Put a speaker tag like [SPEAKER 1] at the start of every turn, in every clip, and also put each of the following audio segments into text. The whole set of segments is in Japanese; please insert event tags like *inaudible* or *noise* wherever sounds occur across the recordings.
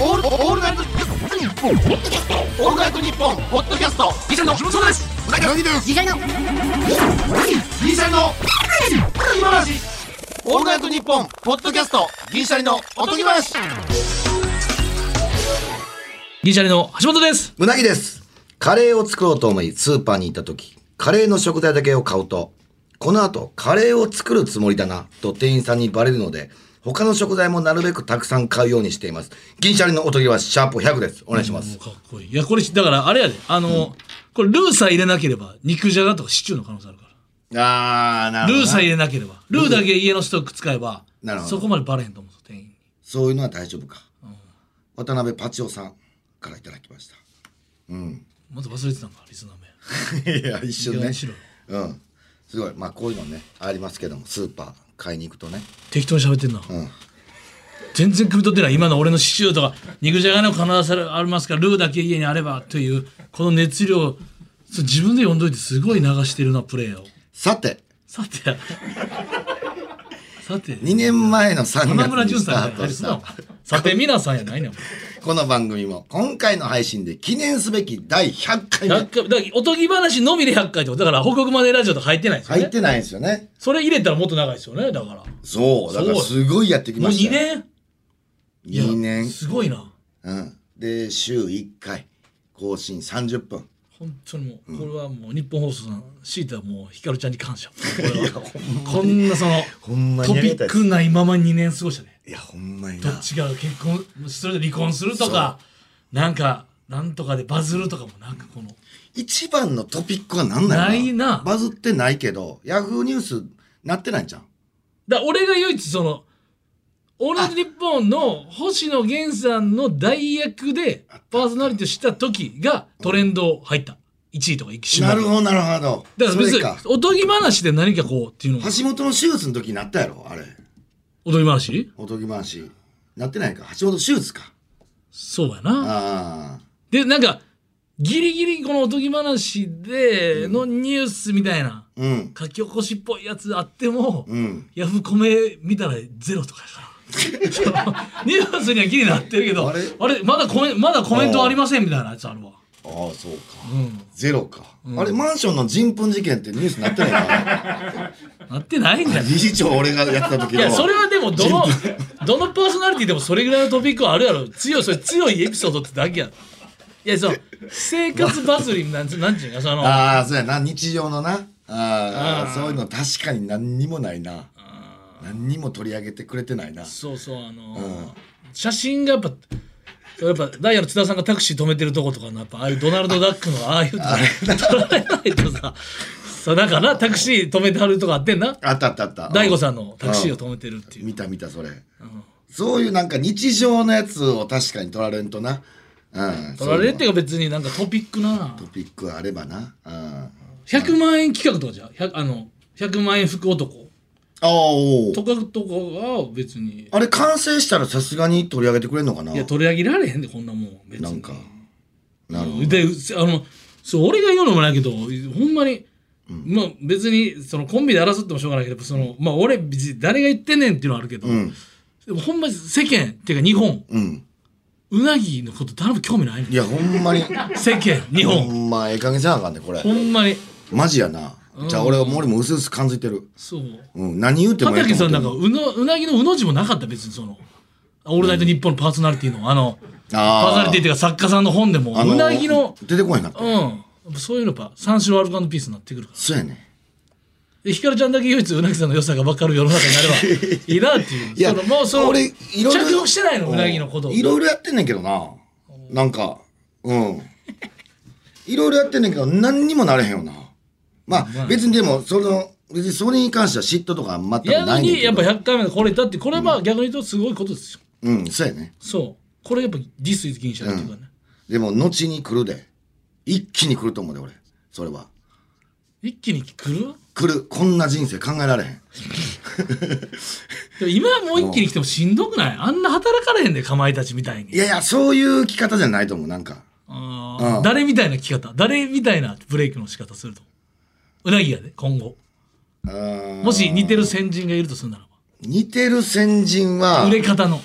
[SPEAKER 1] オールオールナイトニッポンオールナイトニッポンポッドキャストギシャリの木本そうですうなぎの
[SPEAKER 2] 次回の
[SPEAKER 1] ギシャリの今話オールナイトニッポンポッドキャストギシャリのおとぎ話
[SPEAKER 3] ギリシャリの橋本です。
[SPEAKER 4] うなぎです。カレーを作ろうと思い、スーパーに行った時、カレーの食材だけを買うと、この後、カレーを作るつもりだな、と店員さんにバレるので、他の食材もなるべくたくさん買うようにしています。銀シャリのおとぎはシャープ100です。お願いしま
[SPEAKER 3] も
[SPEAKER 4] す
[SPEAKER 3] う。かっこいい。いや、これ、だから、あれやで、あの、これ、ルーさえ入れなければ、肉じゃがとかシチューの可能性あるか
[SPEAKER 4] あー、な
[SPEAKER 3] ら。ルーさえ
[SPEAKER 4] な
[SPEAKER 3] 入れなければ、ルーだけ家のストック使えば
[SPEAKER 4] なる、ほど
[SPEAKER 3] そこまでバレへんと思うぞ、店員に。
[SPEAKER 4] そういうのは大丈夫か。渡辺パチオさんからいただきました。うん。
[SPEAKER 3] まず忘れてたんか、リスナー名。
[SPEAKER 4] *laughs* いや、一緒
[SPEAKER 3] い
[SPEAKER 4] ね
[SPEAKER 3] やしろ。
[SPEAKER 4] うん。すごい。まあ、こういうのね、ありますけども、スーパー買いに行くとね。
[SPEAKER 3] 適当に喋ってんな。
[SPEAKER 4] うん。
[SPEAKER 3] 全然汲み取ってない。今の俺のシチューとか、肉じゃがの可能性ありますから、ルーだけ家にあれば、という、この熱量、そう自分で読んどいて、すごい流してるな、プレイヤーを。
[SPEAKER 4] さて、
[SPEAKER 3] さて、さて、
[SPEAKER 4] 2年前の3
[SPEAKER 3] 浜村
[SPEAKER 4] 月
[SPEAKER 3] 淳
[SPEAKER 4] にスタ
[SPEAKER 3] さん
[SPEAKER 4] ートし
[SPEAKER 3] や
[SPEAKER 4] た
[SPEAKER 3] な。さて、皆さんやないねん。
[SPEAKER 4] この番組も今回の配信で記念すべき第100回目
[SPEAKER 3] 100回だからおとぎ話のみで100回ってことだから報告までラジオとか入ってないんですよね
[SPEAKER 4] 入ってないんですよね
[SPEAKER 3] それ入れたらもっと長いですよねだからも
[SPEAKER 4] そうだからすごいやってき
[SPEAKER 3] う
[SPEAKER 4] まし
[SPEAKER 3] 2
[SPEAKER 4] たよ
[SPEAKER 3] 年いや
[SPEAKER 4] 2年
[SPEAKER 3] すごいな
[SPEAKER 4] うん、で週1回更新30分
[SPEAKER 3] 本当にもうこれはもう日本放送さん強いてはもうひかるちゃんに感謝これはこんなその
[SPEAKER 4] ほんまに
[SPEAKER 3] ト
[SPEAKER 4] あり
[SPEAKER 3] ピ
[SPEAKER 4] がた
[SPEAKER 3] ッ
[SPEAKER 4] いです
[SPEAKER 3] クないまま2年過ごしたね
[SPEAKER 4] いやほんまに
[SPEAKER 3] どっちが結婚それで離婚するとかなんかなんとかでバズるとかもなんかこの
[SPEAKER 4] 一番のトピックは何なの
[SPEAKER 3] ないな
[SPEAKER 4] バズってないけどヤフーニュースなってないんじゃん
[SPEAKER 3] だ俺が唯一その「オール日本の星野源さんの代役でパーソナリティをした時がトレンド入った1位とか1位
[SPEAKER 4] なるほどなるほど
[SPEAKER 3] だから別
[SPEAKER 4] それ
[SPEAKER 3] に
[SPEAKER 4] か
[SPEAKER 3] おとぎ話で何かこうっていうのが
[SPEAKER 4] 橋本の手術の時になったやろあれ
[SPEAKER 3] おとぎ話
[SPEAKER 4] おとぎ話なってないか橋本手術か
[SPEAKER 3] そうやな
[SPEAKER 4] ああ
[SPEAKER 3] でなんかギリギリこのおとぎ話でのニュースみたいな
[SPEAKER 4] うん
[SPEAKER 3] 書き起こしっぽいやつあっても、
[SPEAKER 4] うん
[SPEAKER 3] ヤフコメ見たらゼロとかやから。 *laughs* そのニュースには気になってるけど、あ
[SPEAKER 4] あ
[SPEAKER 3] れ
[SPEAKER 4] れ
[SPEAKER 3] まだコメまだコメントありませんみたいなやつあるわ。
[SPEAKER 4] ああそうか
[SPEAKER 3] うん。
[SPEAKER 4] ゼロか、あれマンションの人糞事件ってニュースになってない
[SPEAKER 3] *laughs*
[SPEAKER 4] か
[SPEAKER 3] なってないんだ
[SPEAKER 4] な
[SPEAKER 3] よ。
[SPEAKER 4] 理事長俺がやってた時
[SPEAKER 3] い
[SPEAKER 4] の
[SPEAKER 3] や、それはでも、どの、どのパーソナリティでもそれぐらいのトピックはあるやろ。強い、それ強いエピソードってだけやろ。いや、そう、生活バズりなんつ、なんちゅうか、その、
[SPEAKER 4] ああそうやな日常のなああそういうの確かに何にもないな何にも取り上げてくれてないな
[SPEAKER 3] そうそう、あの、写真がやっぱ、やっぱダイヤの津田さんがタクシー止めてるとことかのやっぱああいうドナルド・ダックのああいうの撮られないとさそうだからタクシー止めてはるとかあってんな
[SPEAKER 4] あったあったあった
[SPEAKER 3] 大悟さんのタクシーを止めてるっていう
[SPEAKER 4] 見た見たそれ、そういうなんか日常のやつを確かに取られんとなうん
[SPEAKER 3] 撮られるってい
[SPEAKER 4] そういう
[SPEAKER 3] うか別になんかトピックな
[SPEAKER 4] のトピックあればなうんあ
[SPEAKER 3] 100万円企画とかじゃん100あの100万円服男
[SPEAKER 4] あおう
[SPEAKER 3] とかとかは別に
[SPEAKER 4] あれ完成したらさすがに取り上げてくれんのかない
[SPEAKER 3] や取り上げられへんでこんなもん別に
[SPEAKER 4] なんかなるほど
[SPEAKER 3] であのそう俺が言うのもないけどほんまに、まあ別にそのコンビで争ってもしょうがないけどその、まあ、俺別に誰が言ってんねんっていうのはあるけど、
[SPEAKER 4] ん
[SPEAKER 3] でもほんま世間っていうか日本
[SPEAKER 4] うん
[SPEAKER 3] うなぎのこと誰も興味 *laughs* ないねん
[SPEAKER 4] いやほんまに
[SPEAKER 3] 世間日
[SPEAKER 4] ほ
[SPEAKER 3] 本、
[SPEAKER 4] んまええ加減せなあかんねこれ
[SPEAKER 3] ほんまに
[SPEAKER 4] マジやなじゃあ俺はもう俺もうすうす感づいてる
[SPEAKER 3] そう
[SPEAKER 4] うん何言うてもええ
[SPEAKER 3] 畑
[SPEAKER 4] と
[SPEAKER 3] さん
[SPEAKER 4] 思
[SPEAKER 3] な
[SPEAKER 4] っ
[SPEAKER 3] ん
[SPEAKER 4] て
[SPEAKER 3] か
[SPEAKER 4] る
[SPEAKER 3] うのうなぎのうの字もなかった別にその「オールナイトニッポン」のパーソナリティのあの
[SPEAKER 4] あー
[SPEAKER 3] パーソナリティっていうか作家さんの本でも
[SPEAKER 4] あの
[SPEAKER 3] うなぎの
[SPEAKER 4] 出てこへんかった
[SPEAKER 3] うんやっぱそういうのやっぱ三種ワールドピースになってくるから
[SPEAKER 4] そうやね
[SPEAKER 3] でひかるちゃんだけ唯一うなぎさんの良さが分かる世の中になればいいなっていう
[SPEAKER 4] *laughs* いや
[SPEAKER 3] そのもうその
[SPEAKER 4] 俺いろいろ
[SPEAKER 3] 着用してないのうなぎのことを
[SPEAKER 4] いろいろやってんねんけどななんかうんいろいろやってんねんけど何にもなれへんよなまあ別にでもその別にそれに関しては嫉妬とか全く
[SPEAKER 3] やの
[SPEAKER 4] ないねん
[SPEAKER 3] に
[SPEAKER 4] け
[SPEAKER 3] やっぱ
[SPEAKER 4] ど
[SPEAKER 3] 100回目でこれだってこれはまあ逆に言うとすごいことですよ、
[SPEAKER 4] うんそうやね
[SPEAKER 3] そうこれやっぱディスイズ銀シャっていうかね、
[SPEAKER 4] でも後に来るで一気に来ると思うで俺それは
[SPEAKER 3] 一気に来る
[SPEAKER 4] 来るこんな人生考えられへん
[SPEAKER 3] でも今はもう一気に来てもしんどくないあんな働かれへんでかまいたちみたい
[SPEAKER 4] い
[SPEAKER 3] に
[SPEAKER 4] やいや、そういう着方じゃないと思う、なんか。
[SPEAKER 3] あ
[SPEAKER 4] う
[SPEAKER 3] ー
[SPEAKER 4] ん
[SPEAKER 3] 誰みたいな聞き方誰みたいなブレイクの仕方するとうなぎやで今後も
[SPEAKER 4] も
[SPEAKER 3] し似てる先人がいるとするならば
[SPEAKER 4] 似てる先人は
[SPEAKER 3] 売、れ方の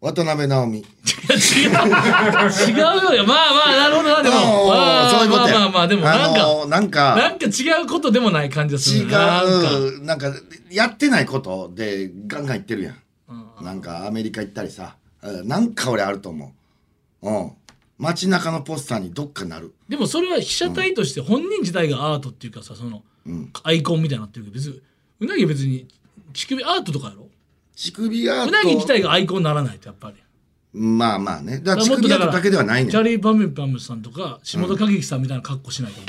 [SPEAKER 4] 渡辺直美。
[SPEAKER 3] 違う違うよまあまあなるほどなでも
[SPEAKER 4] おー
[SPEAKER 3] まあ
[SPEAKER 4] そういうことや
[SPEAKER 3] まあまあまあでもなん
[SPEAKER 4] あ
[SPEAKER 3] か、
[SPEAKER 4] のーなんか
[SPEAKER 3] なんか違うことでもない感じがす
[SPEAKER 4] 違
[SPEAKER 3] るななんか
[SPEAKER 4] うなんかやってないことでガンガン言ってるやん、なんかアメリカ行ったりさうんなんか俺あると思ううん街中のポスターにどっかなる
[SPEAKER 3] でもそれは被写体として本人自体がアートっていうかさその、
[SPEAKER 4] ん
[SPEAKER 3] アイコンみたいになってるけど別にうなぎは別に乳首アートとかやろ
[SPEAKER 4] 乳首アー
[SPEAKER 3] うなぎ自
[SPEAKER 4] ト
[SPEAKER 3] 体がアイコンにならないとやっぱり。
[SPEAKER 4] まあまあねだから
[SPEAKER 3] も
[SPEAKER 4] 乳
[SPEAKER 3] っと
[SPEAKER 4] 首ア
[SPEAKER 3] だか
[SPEAKER 4] ート
[SPEAKER 3] ら
[SPEAKER 4] だけではないね
[SPEAKER 3] チャ
[SPEAKER 4] ん、
[SPEAKER 3] リーパムパムさんとか下田景樹さんみたいな格好しないと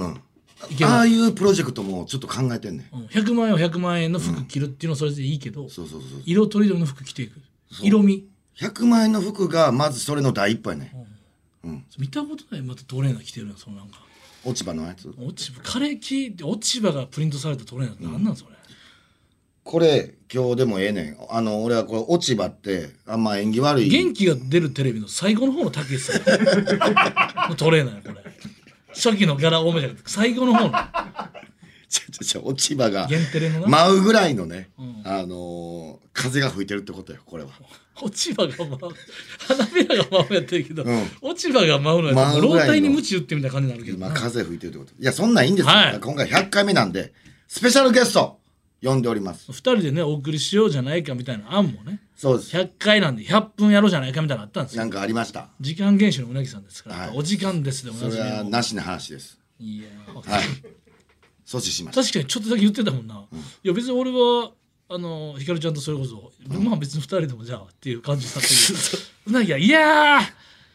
[SPEAKER 3] 思う、
[SPEAKER 4] うん、
[SPEAKER 3] いけ
[SPEAKER 4] あ
[SPEAKER 3] な
[SPEAKER 4] あ
[SPEAKER 3] い、
[SPEAKER 4] いうプロジェクトもちょっと考えてんねん
[SPEAKER 3] うん、100万円は100万円の服着るっていうのはそれでいいけど、
[SPEAKER 4] そうそうそう
[SPEAKER 3] 色とりどりの服着ていく色味
[SPEAKER 4] 100万円の服がまずそれの第一歩やね
[SPEAKER 3] 見たことないまたトレーナー着てるやんそのなんか
[SPEAKER 4] ん落ち葉のやつ
[SPEAKER 3] 落ち葉枯れ木で落ち葉がプリントされたトレーナーって何なんそれ、
[SPEAKER 4] これ今日でもええねんあの俺はこれ落ち葉ってあんま縁起悪い
[SPEAKER 3] 元気が出るテレビの最後の方のたけしさん *laughs* のトレーナーやこれ初期の柄多めじゃなくて最後の方の
[SPEAKER 4] ちょちょちょ落ち葉が
[SPEAKER 3] 限定のな
[SPEAKER 4] 舞うぐらいのね、
[SPEAKER 3] ん
[SPEAKER 4] あのー風が吹いてるってことよこれは
[SPEAKER 3] 落ち葉が舞う花びらが舞うやってるけど、
[SPEAKER 4] うん
[SPEAKER 3] 落ち葉が舞うのや
[SPEAKER 4] 舞
[SPEAKER 3] つ
[SPEAKER 4] う
[SPEAKER 3] 老
[SPEAKER 4] ぐらいの
[SPEAKER 3] 体に鞭打ってみたいな感じになるけど
[SPEAKER 4] 今
[SPEAKER 3] な
[SPEAKER 4] 風吹いてるってこといやそんなんいいんですよ、
[SPEAKER 3] はい
[SPEAKER 4] 今回100回目なんでスペシャルゲスト呼んでおります
[SPEAKER 3] 2人でねお送りしようじゃないかみたいな案もね
[SPEAKER 4] そうです
[SPEAKER 3] 100回なんで100分やろうじゃないかみたいなのあったんですよ
[SPEAKER 4] なんかありました
[SPEAKER 3] 時間厳守のうなぎさんですから、
[SPEAKER 4] はい
[SPEAKER 3] お時間ですでお
[SPEAKER 4] そ
[SPEAKER 3] なじ
[SPEAKER 4] れ
[SPEAKER 3] み
[SPEAKER 4] は
[SPEAKER 3] の
[SPEAKER 4] なしな話です
[SPEAKER 3] いやー
[SPEAKER 4] はい阻止しました
[SPEAKER 3] 確かにちょっとだけ言ってたもんな、いや別に俺はあのひかるちゃんとそれこそ、まあ別に2人でもじゃあっていう感じだったけ *laughs* どうなぎが「いや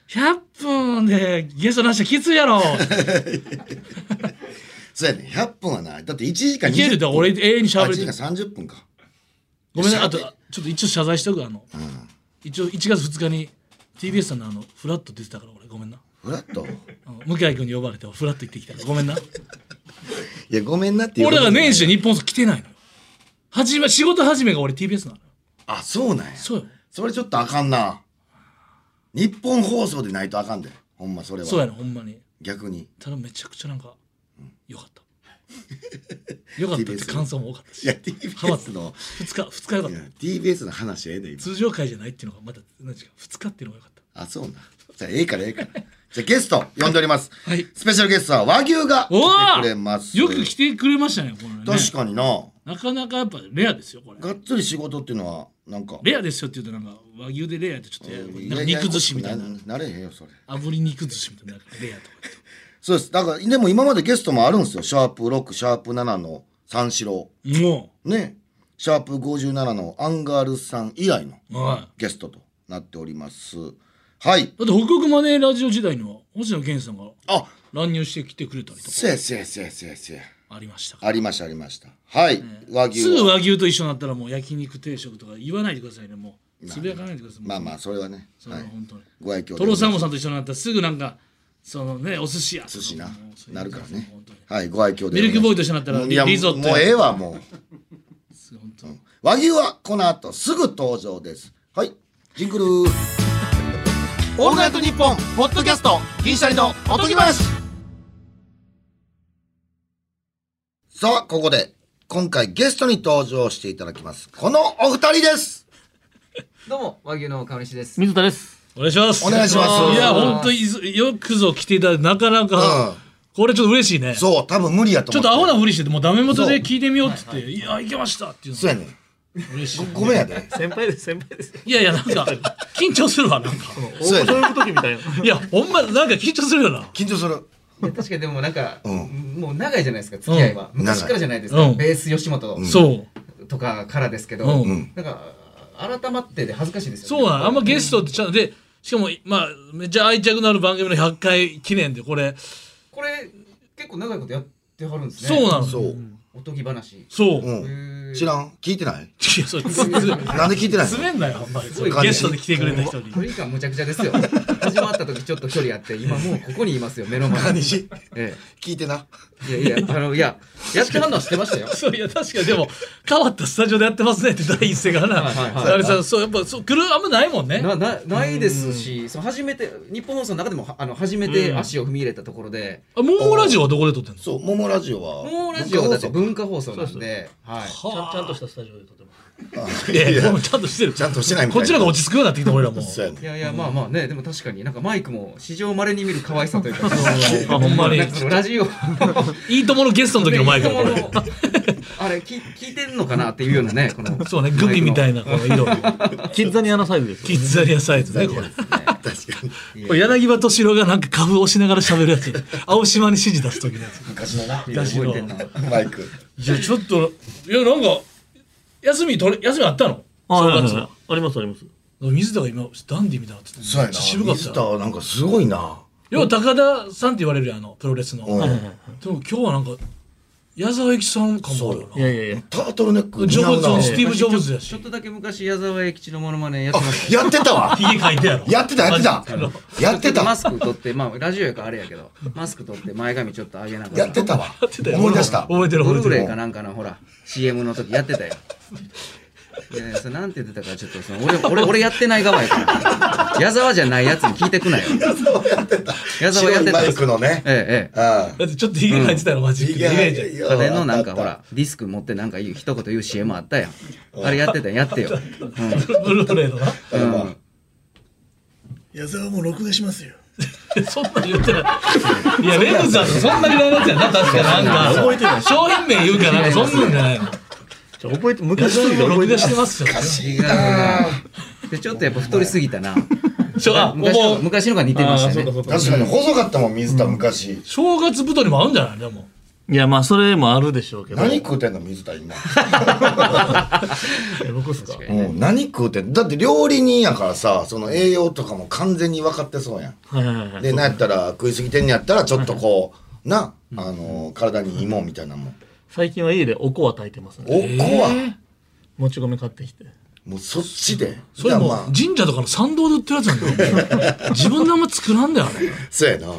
[SPEAKER 3] ー100分でゲストなしはきついや *laughs* ろ」
[SPEAKER 4] そうやね100分はないだって1時間
[SPEAKER 3] いけるだ
[SPEAKER 4] 20分
[SPEAKER 3] 俺永遠にしゃ
[SPEAKER 4] あ
[SPEAKER 3] べれ
[SPEAKER 4] 1
[SPEAKER 3] て
[SPEAKER 4] 時
[SPEAKER 3] る
[SPEAKER 4] 間30分か
[SPEAKER 3] ごめんね
[SPEAKER 4] 喋
[SPEAKER 3] あ
[SPEAKER 4] って
[SPEAKER 3] とちょっと一応謝罪しとくあの、一応1月2日に TBS さんのあのフラット出てたから俺ごめんな
[SPEAKER 4] フラット
[SPEAKER 3] あの向井君に呼ばれてフラット行ってきたからごめんな
[SPEAKER 4] いやごめんなっていう
[SPEAKER 3] 俺だから年
[SPEAKER 4] 始
[SPEAKER 3] 始日本放送来てないのよはじめ仕事始めが俺 TBS なのよ
[SPEAKER 4] あそうなんや
[SPEAKER 3] そうよ
[SPEAKER 4] それちょっとあかんな日本放送でないとあかんでほんまそれは
[SPEAKER 3] そうやねほんまに
[SPEAKER 4] 逆に
[SPEAKER 3] ただめちゃくちゃなんかよかったよかったって感想も多かったし
[SPEAKER 4] いや
[SPEAKER 3] ハマっ
[SPEAKER 4] TBS
[SPEAKER 3] て
[SPEAKER 4] の
[SPEAKER 3] 2日2日よかっ
[SPEAKER 4] いや
[SPEAKER 3] た
[SPEAKER 4] TBS の話はええね今
[SPEAKER 3] 通常回じゃないっていうのがまた何ですか2日っていうのがよかった
[SPEAKER 4] あそうなんじゃあええからええからじゃあゲスト呼んでおります、
[SPEAKER 3] はい
[SPEAKER 4] スペシャルゲストは和牛が
[SPEAKER 3] お
[SPEAKER 4] 来てくれます
[SPEAKER 3] ーよく来てくれましたねこれね
[SPEAKER 4] 確かにな、
[SPEAKER 3] なかなかやっぱレアですよこれ
[SPEAKER 4] がっつり仕事っていうのはなんか
[SPEAKER 3] レアですよって言うとなんか和牛でレアってちょっとや
[SPEAKER 4] い
[SPEAKER 3] な
[SPEAKER 4] や
[SPEAKER 3] んか肉寿司みたいな
[SPEAKER 4] なれへんよそれ
[SPEAKER 3] 炙り肉寿司みたいななんかレアとか
[SPEAKER 4] そうですだからでも今までゲストもあるんですよシャープ6シャープ7の三四郎
[SPEAKER 3] 言っても
[SPEAKER 4] ねシャープ57のアンガールズさん以来の
[SPEAKER 3] うは
[SPEAKER 4] ゲストとなっておりますはい
[SPEAKER 3] いだって北国マネーラジオ時代には星野源さんが
[SPEAKER 4] あ
[SPEAKER 3] 乱入してきてくれたりとか
[SPEAKER 4] せやせやせやせやせや
[SPEAKER 3] ありましたから
[SPEAKER 4] ありましたありましたはい、和牛
[SPEAKER 3] す
[SPEAKER 4] を
[SPEAKER 3] ぐ和牛と一緒になったらもう焼肉定食とか言わないでくださいねもうつぶやかないでください
[SPEAKER 4] まあ
[SPEAKER 3] もう
[SPEAKER 4] まあそれはね、
[SPEAKER 3] それ
[SPEAKER 4] は、
[SPEAKER 3] はい本当に
[SPEAKER 4] ご愛嬌
[SPEAKER 3] トロサーモンさんと一緒になったらすぐなんかそのねお寿司や
[SPEAKER 4] 寿司な
[SPEAKER 3] もうそういう
[SPEAKER 4] なるからね
[SPEAKER 3] 本当に
[SPEAKER 4] はいご愛嬌で
[SPEAKER 3] ミルクボーイと一緒になったら
[SPEAKER 4] いや
[SPEAKER 3] リゾットや
[SPEAKER 4] もうええわもう
[SPEAKER 3] すごい本当に
[SPEAKER 4] 和牛はこの後すぐ登場ですはいジングル
[SPEAKER 1] オールナイトニッポンポッドキャスト銀シャリのおとぎ話
[SPEAKER 4] さあここで今回ゲストに登場していただきますこのお二人です
[SPEAKER 2] どうも和牛の川西です。
[SPEAKER 5] 水田です。
[SPEAKER 3] お願いします
[SPEAKER 4] お願いします
[SPEAKER 3] いや本当にいずよくぞ来ていただいてなかなか、
[SPEAKER 4] うん
[SPEAKER 3] これちょっと嬉しいねちょ
[SPEAKER 4] そう多分無理やと思
[SPEAKER 3] っ
[SPEAKER 4] って
[SPEAKER 3] とアホなふりしててもうダメ元で聞いてみようって言って「いやいけました」っていう
[SPEAKER 4] そうや
[SPEAKER 3] の
[SPEAKER 4] ねん
[SPEAKER 3] 嬉しい
[SPEAKER 4] ごめんやで
[SPEAKER 5] 先輩です、先輩です。
[SPEAKER 3] いやいやなんか緊張するわなんか
[SPEAKER 4] そうやねん
[SPEAKER 5] いう時みたいな。
[SPEAKER 3] いやほんまなんか緊張するよな
[SPEAKER 4] 緊張する
[SPEAKER 2] いや確かにでもなんか、
[SPEAKER 4] うん
[SPEAKER 2] もう長いじゃないですか付き合いは、
[SPEAKER 4] うん
[SPEAKER 2] 昔からじゃないですか、
[SPEAKER 3] うん
[SPEAKER 2] ベース吉本
[SPEAKER 3] そう
[SPEAKER 2] とかからですけど、
[SPEAKER 3] うん
[SPEAKER 2] なんか改まってで恥ずかしいですよ
[SPEAKER 3] そう
[SPEAKER 2] ね。
[SPEAKER 3] なんあんまゲストってちゃんでしかもまあめっちゃ愛着のある番組の100回記念でこれ
[SPEAKER 2] これ結構長いことやってはるんですね。
[SPEAKER 3] そうなの
[SPEAKER 4] そ
[SPEAKER 3] そう
[SPEAKER 4] う
[SPEAKER 2] おとぎ話。
[SPEAKER 3] そうい
[SPEAKER 4] うん
[SPEAKER 2] へー
[SPEAKER 4] 知らん聞いてない
[SPEAKER 3] やそれつつ
[SPEAKER 4] なんで聞いてないの
[SPEAKER 3] 詰めんなよあんまりそ
[SPEAKER 2] ごい
[SPEAKER 3] れゲストで来てくれた人に
[SPEAKER 2] 距離感むちゃくちゃですよ。始まった時ちょっと距離あって今もうここにいますよ目の前に。
[SPEAKER 4] 西
[SPEAKER 2] え
[SPEAKER 4] 聞いてな
[SPEAKER 2] え、いやいやあのいややってはんのはしてましたよ。
[SPEAKER 3] そういや確かにでも変わったスタジオでやってますねって第一声がな
[SPEAKER 2] はいはいはい
[SPEAKER 3] あれさんそうやっぱそう来るあんまないもんね
[SPEAKER 2] ななないですし、その初めて日本放送の中でもはあの初めて足を踏み入れたところで、
[SPEAKER 3] あモーラジオはどこで撮ってんの
[SPEAKER 4] そうモモラジオは
[SPEAKER 2] もうラジオだって
[SPEAKER 4] 文化放送
[SPEAKER 2] 文化放送なんで、はい。
[SPEAKER 3] は
[SPEAKER 5] ゃんちゃんとしたスタジオで撮ってま
[SPEAKER 3] *laughs*
[SPEAKER 5] す
[SPEAKER 4] いやいや
[SPEAKER 3] もうちゃんとしてる。
[SPEAKER 4] ちゃんとしてないみた
[SPEAKER 3] こ
[SPEAKER 4] いな
[SPEAKER 3] っちの方が落ち着くようになってきた俺らも。
[SPEAKER 4] そうやね
[SPEAKER 2] いやいや、まあまあね、でも確かになんかマイクも史上稀に見る可愛さとい
[SPEAKER 4] *laughs*
[SPEAKER 2] うか、
[SPEAKER 3] あほんまに
[SPEAKER 2] なんかそのラジオ、 *laughs*
[SPEAKER 3] いいとものゲストの時のマイクだこれ。
[SPEAKER 2] あれ聞、聞いてんのかなっていうようなね、この。
[SPEAKER 3] そうね、グミみた
[SPEAKER 2] い
[SPEAKER 3] いなこの色。
[SPEAKER 5] キッザニアのサイズです
[SPEAKER 3] キッザニアサイズね、これ。
[SPEAKER 4] 確かに
[SPEAKER 3] これ柳葉敏郎がなんか株を押しながら喋るやつ。青島に指示出す時のやつ。
[SPEAKER 4] 昔のな
[SPEAKER 2] な。覚えてんな。
[SPEAKER 4] マイク
[SPEAKER 3] いや、ちょっと、いや、なんか、休み取れ、休みあったの
[SPEAKER 5] あは
[SPEAKER 3] 正
[SPEAKER 5] いはい
[SPEAKER 3] 月
[SPEAKER 5] はい。ありますあります
[SPEAKER 3] 水田が今、ダンディみたいになってて
[SPEAKER 4] そうやな
[SPEAKER 3] 渋かっ
[SPEAKER 4] 水
[SPEAKER 3] た
[SPEAKER 4] 田
[SPEAKER 3] よ。
[SPEAKER 4] はなんかすごいな
[SPEAKER 3] 要は高田さんって言われるやんあの、プロレスの。
[SPEAKER 4] うん
[SPEAKER 3] でも今日はなんか、矢沢永吉さんかもあるよ
[SPEAKER 5] いやいやいや
[SPEAKER 4] タートルネック
[SPEAKER 3] な。ジ
[SPEAKER 4] 似合
[SPEAKER 3] ョブ
[SPEAKER 4] うな
[SPEAKER 3] ズ、スティーブ・ジョブズや
[SPEAKER 2] ち
[SPEAKER 3] し
[SPEAKER 2] ょっ。とだけ昔、矢沢永吉のモノマネやってました。
[SPEAKER 4] やってたわ
[SPEAKER 3] 家書いてやろ。
[SPEAKER 4] やってたやってたやって
[SPEAKER 2] マ
[SPEAKER 4] た
[SPEAKER 2] スク取って、まあラジオやからあれやけど、マスク取って前髪ちょっと上げながら。
[SPEAKER 4] やってたわ
[SPEAKER 3] やってたよ
[SPEAKER 4] 思い出した
[SPEAKER 3] 覚えてる
[SPEAKER 2] ブ
[SPEAKER 3] 覚
[SPEAKER 2] ル
[SPEAKER 3] えてる
[SPEAKER 2] ーレイかなんかのほら CM の時やってたよ。 *laughs* いやいやそれなんて言ってたかちょっとその俺俺俺やってない側やから矢沢じゃないやつに聞いてくなよ
[SPEAKER 4] 矢沢やってた
[SPEAKER 2] 矢沢や
[SPEAKER 4] 白
[SPEAKER 2] って
[SPEAKER 4] い
[SPEAKER 2] た
[SPEAKER 4] マイクのね
[SPEAKER 2] えええ
[SPEAKER 4] あ
[SPEAKER 3] だってちょっとヒゲ書いてたのマジックでイメージ
[SPEAKER 2] え家電のなんかほらディスク持ってなんか言う一言言う CM あったやんあれやってたやんやってよ
[SPEAKER 3] ブルーレイのな
[SPEAKER 2] うん、うん、
[SPEAKER 6] 矢沢も録画しますよ
[SPEAKER 3] そんなん言ってないいやレムさんとそんなぐらいのやつやな確かなんか
[SPEAKER 5] 覚えてない
[SPEAKER 3] 商品名言うからなんかそんなんじゃないの
[SPEAKER 5] じゃあ覚えて昔の
[SPEAKER 3] そ
[SPEAKER 5] 時
[SPEAKER 3] う
[SPEAKER 5] が覚
[SPEAKER 3] 録
[SPEAKER 5] えて
[SPEAKER 3] 画
[SPEAKER 5] な
[SPEAKER 3] し
[SPEAKER 5] い
[SPEAKER 3] てますよ
[SPEAKER 2] 違うなでちょっとやっぱ太りすぎた *laughs* な
[SPEAKER 3] しょあも
[SPEAKER 2] 昔の
[SPEAKER 3] う
[SPEAKER 2] 昔のが似てましたね
[SPEAKER 4] 確かに細かったもん水田昔
[SPEAKER 3] 正月太りもあるんじゃないでも
[SPEAKER 5] いやまあそれもあるでしょうけど
[SPEAKER 4] 何食うてんの水田今
[SPEAKER 5] え僕っすか
[SPEAKER 4] うん何食うてんだって料理人やからさその栄養とかも完全に分かってそうやん
[SPEAKER 5] はいはいはい
[SPEAKER 4] でなんやったら食い過ぎてんやったらちょっとこうなあの体にいいもんみたいなもん
[SPEAKER 5] 最近は家でおこわ炊いてます
[SPEAKER 4] お
[SPEAKER 5] ね
[SPEAKER 4] こは
[SPEAKER 5] もち米買ってきて
[SPEAKER 4] もうそっちで
[SPEAKER 3] それ
[SPEAKER 4] い
[SPEAKER 3] も
[SPEAKER 4] やまあ
[SPEAKER 3] 神社とかの参道で売ってるやつなんだよ自分であんま作らんだよあれ
[SPEAKER 4] そうやな
[SPEAKER 2] ル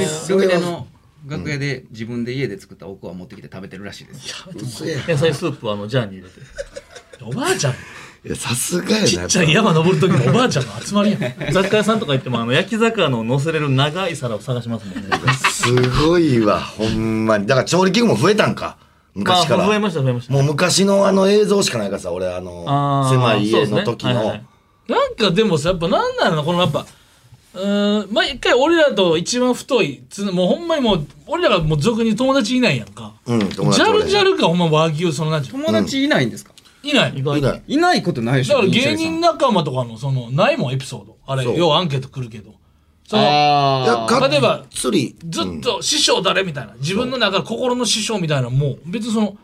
[SPEAKER 2] ミ
[SPEAKER 4] そ
[SPEAKER 2] ルミ
[SPEAKER 4] れ
[SPEAKER 2] ネ
[SPEAKER 4] は
[SPEAKER 2] の楽屋で自分で家で作ったおこわ持ってきて食べてるらしいです
[SPEAKER 4] 嘘や
[SPEAKER 5] 野菜スープはあのジャーに入れて
[SPEAKER 3] おばあちゃん
[SPEAKER 4] いやさすがやな
[SPEAKER 3] ちっちゃい
[SPEAKER 4] やっ
[SPEAKER 3] 山登る時のおばあちゃんの集まりやんい
[SPEAKER 5] 雑貨屋さんとか行ってもあの焼き魚を乗せれる長い皿を探しますもんね
[SPEAKER 4] ぱすごいわほんまにだから調理器具も増えたんか
[SPEAKER 5] まあ
[SPEAKER 4] 昔から、
[SPEAKER 5] 増えました増えました
[SPEAKER 4] もう昔のあの映像しかないからさ俺あの
[SPEAKER 5] あー
[SPEAKER 4] 狭い家の時の、
[SPEAKER 5] そうですねはいはい
[SPEAKER 3] なんかでもさやっぱなんなのこのやっぱうーん毎回俺らと一番太いつもうほんまにもう俺らがもう俗に友達いないやんか
[SPEAKER 4] うん友達
[SPEAKER 3] ジャ
[SPEAKER 4] 俺
[SPEAKER 3] ルジャルかほんま和牛そのなんちゅう
[SPEAKER 2] 友達いないんですか、
[SPEAKER 3] いない
[SPEAKER 5] 意
[SPEAKER 3] だか
[SPEAKER 5] 外
[SPEAKER 4] いない
[SPEAKER 2] いないことないでしょ
[SPEAKER 3] ら芸
[SPEAKER 2] 西
[SPEAKER 3] 人
[SPEAKER 2] 谷
[SPEAKER 3] 仲間とかのそのないもんエピソードあれ
[SPEAKER 4] そう
[SPEAKER 3] ようアンケート来るけどそ
[SPEAKER 2] さん
[SPEAKER 3] の
[SPEAKER 4] いや
[SPEAKER 2] あー
[SPEAKER 4] が
[SPEAKER 3] 例えば
[SPEAKER 4] 釣り
[SPEAKER 3] ずっと師匠誰みたいな自分の中の心の師匠みたいなのも別にその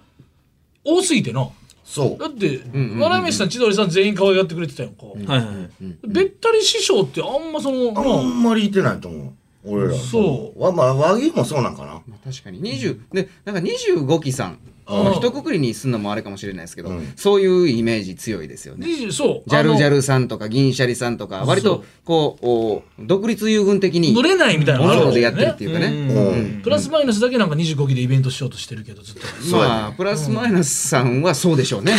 [SPEAKER 3] 多すぎてな
[SPEAKER 4] そう
[SPEAKER 3] だって笑い飯さん千鳥さん全員可愛がってくれてたやんか
[SPEAKER 5] はいはいはい
[SPEAKER 3] べったり師匠ってあんまそのな
[SPEAKER 4] あんまりいてないと思う俺ら
[SPEAKER 3] そう
[SPEAKER 4] わまあ和牛もそうなんかな
[SPEAKER 2] まあ確かに20でなんか25期さん
[SPEAKER 4] うん
[SPEAKER 2] 一括りにすんのもあれかもしれないですけど、
[SPEAKER 4] うん
[SPEAKER 2] そういうイメージ強いですよね。
[SPEAKER 3] 20そう
[SPEAKER 2] ジャルジャ
[SPEAKER 3] ル
[SPEAKER 2] ルさんとか銀シャリさんとか割とこうお独立遊軍的に
[SPEAKER 3] 乗れないみたいなのある
[SPEAKER 2] 物
[SPEAKER 3] もん
[SPEAKER 2] 事
[SPEAKER 3] ね
[SPEAKER 2] やってるっていうかね。
[SPEAKER 4] うん
[SPEAKER 3] プラスマイナスだけなんか25期でイベントしようとしてるけどずっと
[SPEAKER 4] そうやね
[SPEAKER 2] まあプラスマイナスさんはそうでしょうね、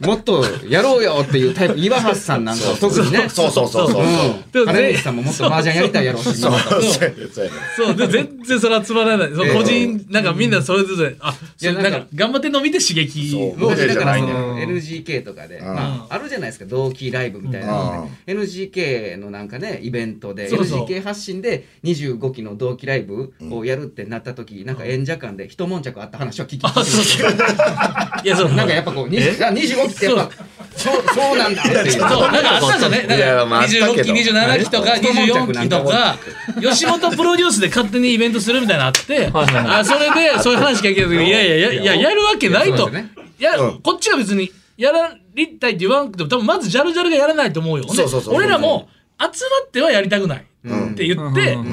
[SPEAKER 2] うん、もっとやろうよっていうタイプ岩橋さんなんかは特にね
[SPEAKER 4] そうそうそうそうそう
[SPEAKER 2] う
[SPEAKER 3] で
[SPEAKER 2] ん
[SPEAKER 3] も
[SPEAKER 2] 金口さんももっと麻雀やりたいやろうしみんなと
[SPEAKER 4] そうやねそうやね
[SPEAKER 3] そうで全然それ集まらないその個人なんかみんなそれぞれあそれ
[SPEAKER 2] いや
[SPEAKER 3] な
[SPEAKER 2] なん
[SPEAKER 3] か
[SPEAKER 2] んか
[SPEAKER 3] 頑張ってんの見て刺激
[SPEAKER 4] そう
[SPEAKER 2] 当時だか
[SPEAKER 4] じゃな
[SPEAKER 2] ら
[SPEAKER 4] い
[SPEAKER 2] そ
[SPEAKER 4] んだよ
[SPEAKER 2] の NGK とかで、
[SPEAKER 4] ん
[SPEAKER 2] まあ、あるじゃないですか同期ライブみたいなので NGK のなんかねイベントで
[SPEAKER 3] そうそう
[SPEAKER 2] NGK 発信で25期の同期ライブをやるってなった時、なんか演者間で一悶着あった話は聞きました
[SPEAKER 3] いやその
[SPEAKER 2] なんかやっぱこう20あ25期ってやっぱそうそうなんだっていう
[SPEAKER 3] そうなんかあったんですよね
[SPEAKER 4] いや
[SPEAKER 3] なん
[SPEAKER 4] まあ
[SPEAKER 3] か
[SPEAKER 4] あったけど
[SPEAKER 3] 26期27期とか24期とか吉本プロデュースで勝手にイベントするみたいなのあって
[SPEAKER 5] はいはいはい
[SPEAKER 3] あそれでそういう話聞いた時にいやいやいやいややるわけない
[SPEAKER 2] いやそ
[SPEAKER 3] と
[SPEAKER 2] うですね
[SPEAKER 3] いや
[SPEAKER 4] うん
[SPEAKER 3] こっちは別にやらりたいって言わんくても多分まずジャルジャルがやらないと思うよほんで
[SPEAKER 4] そうそうそう
[SPEAKER 3] 俺らも集まってはやりたくないって言って
[SPEAKER 5] うん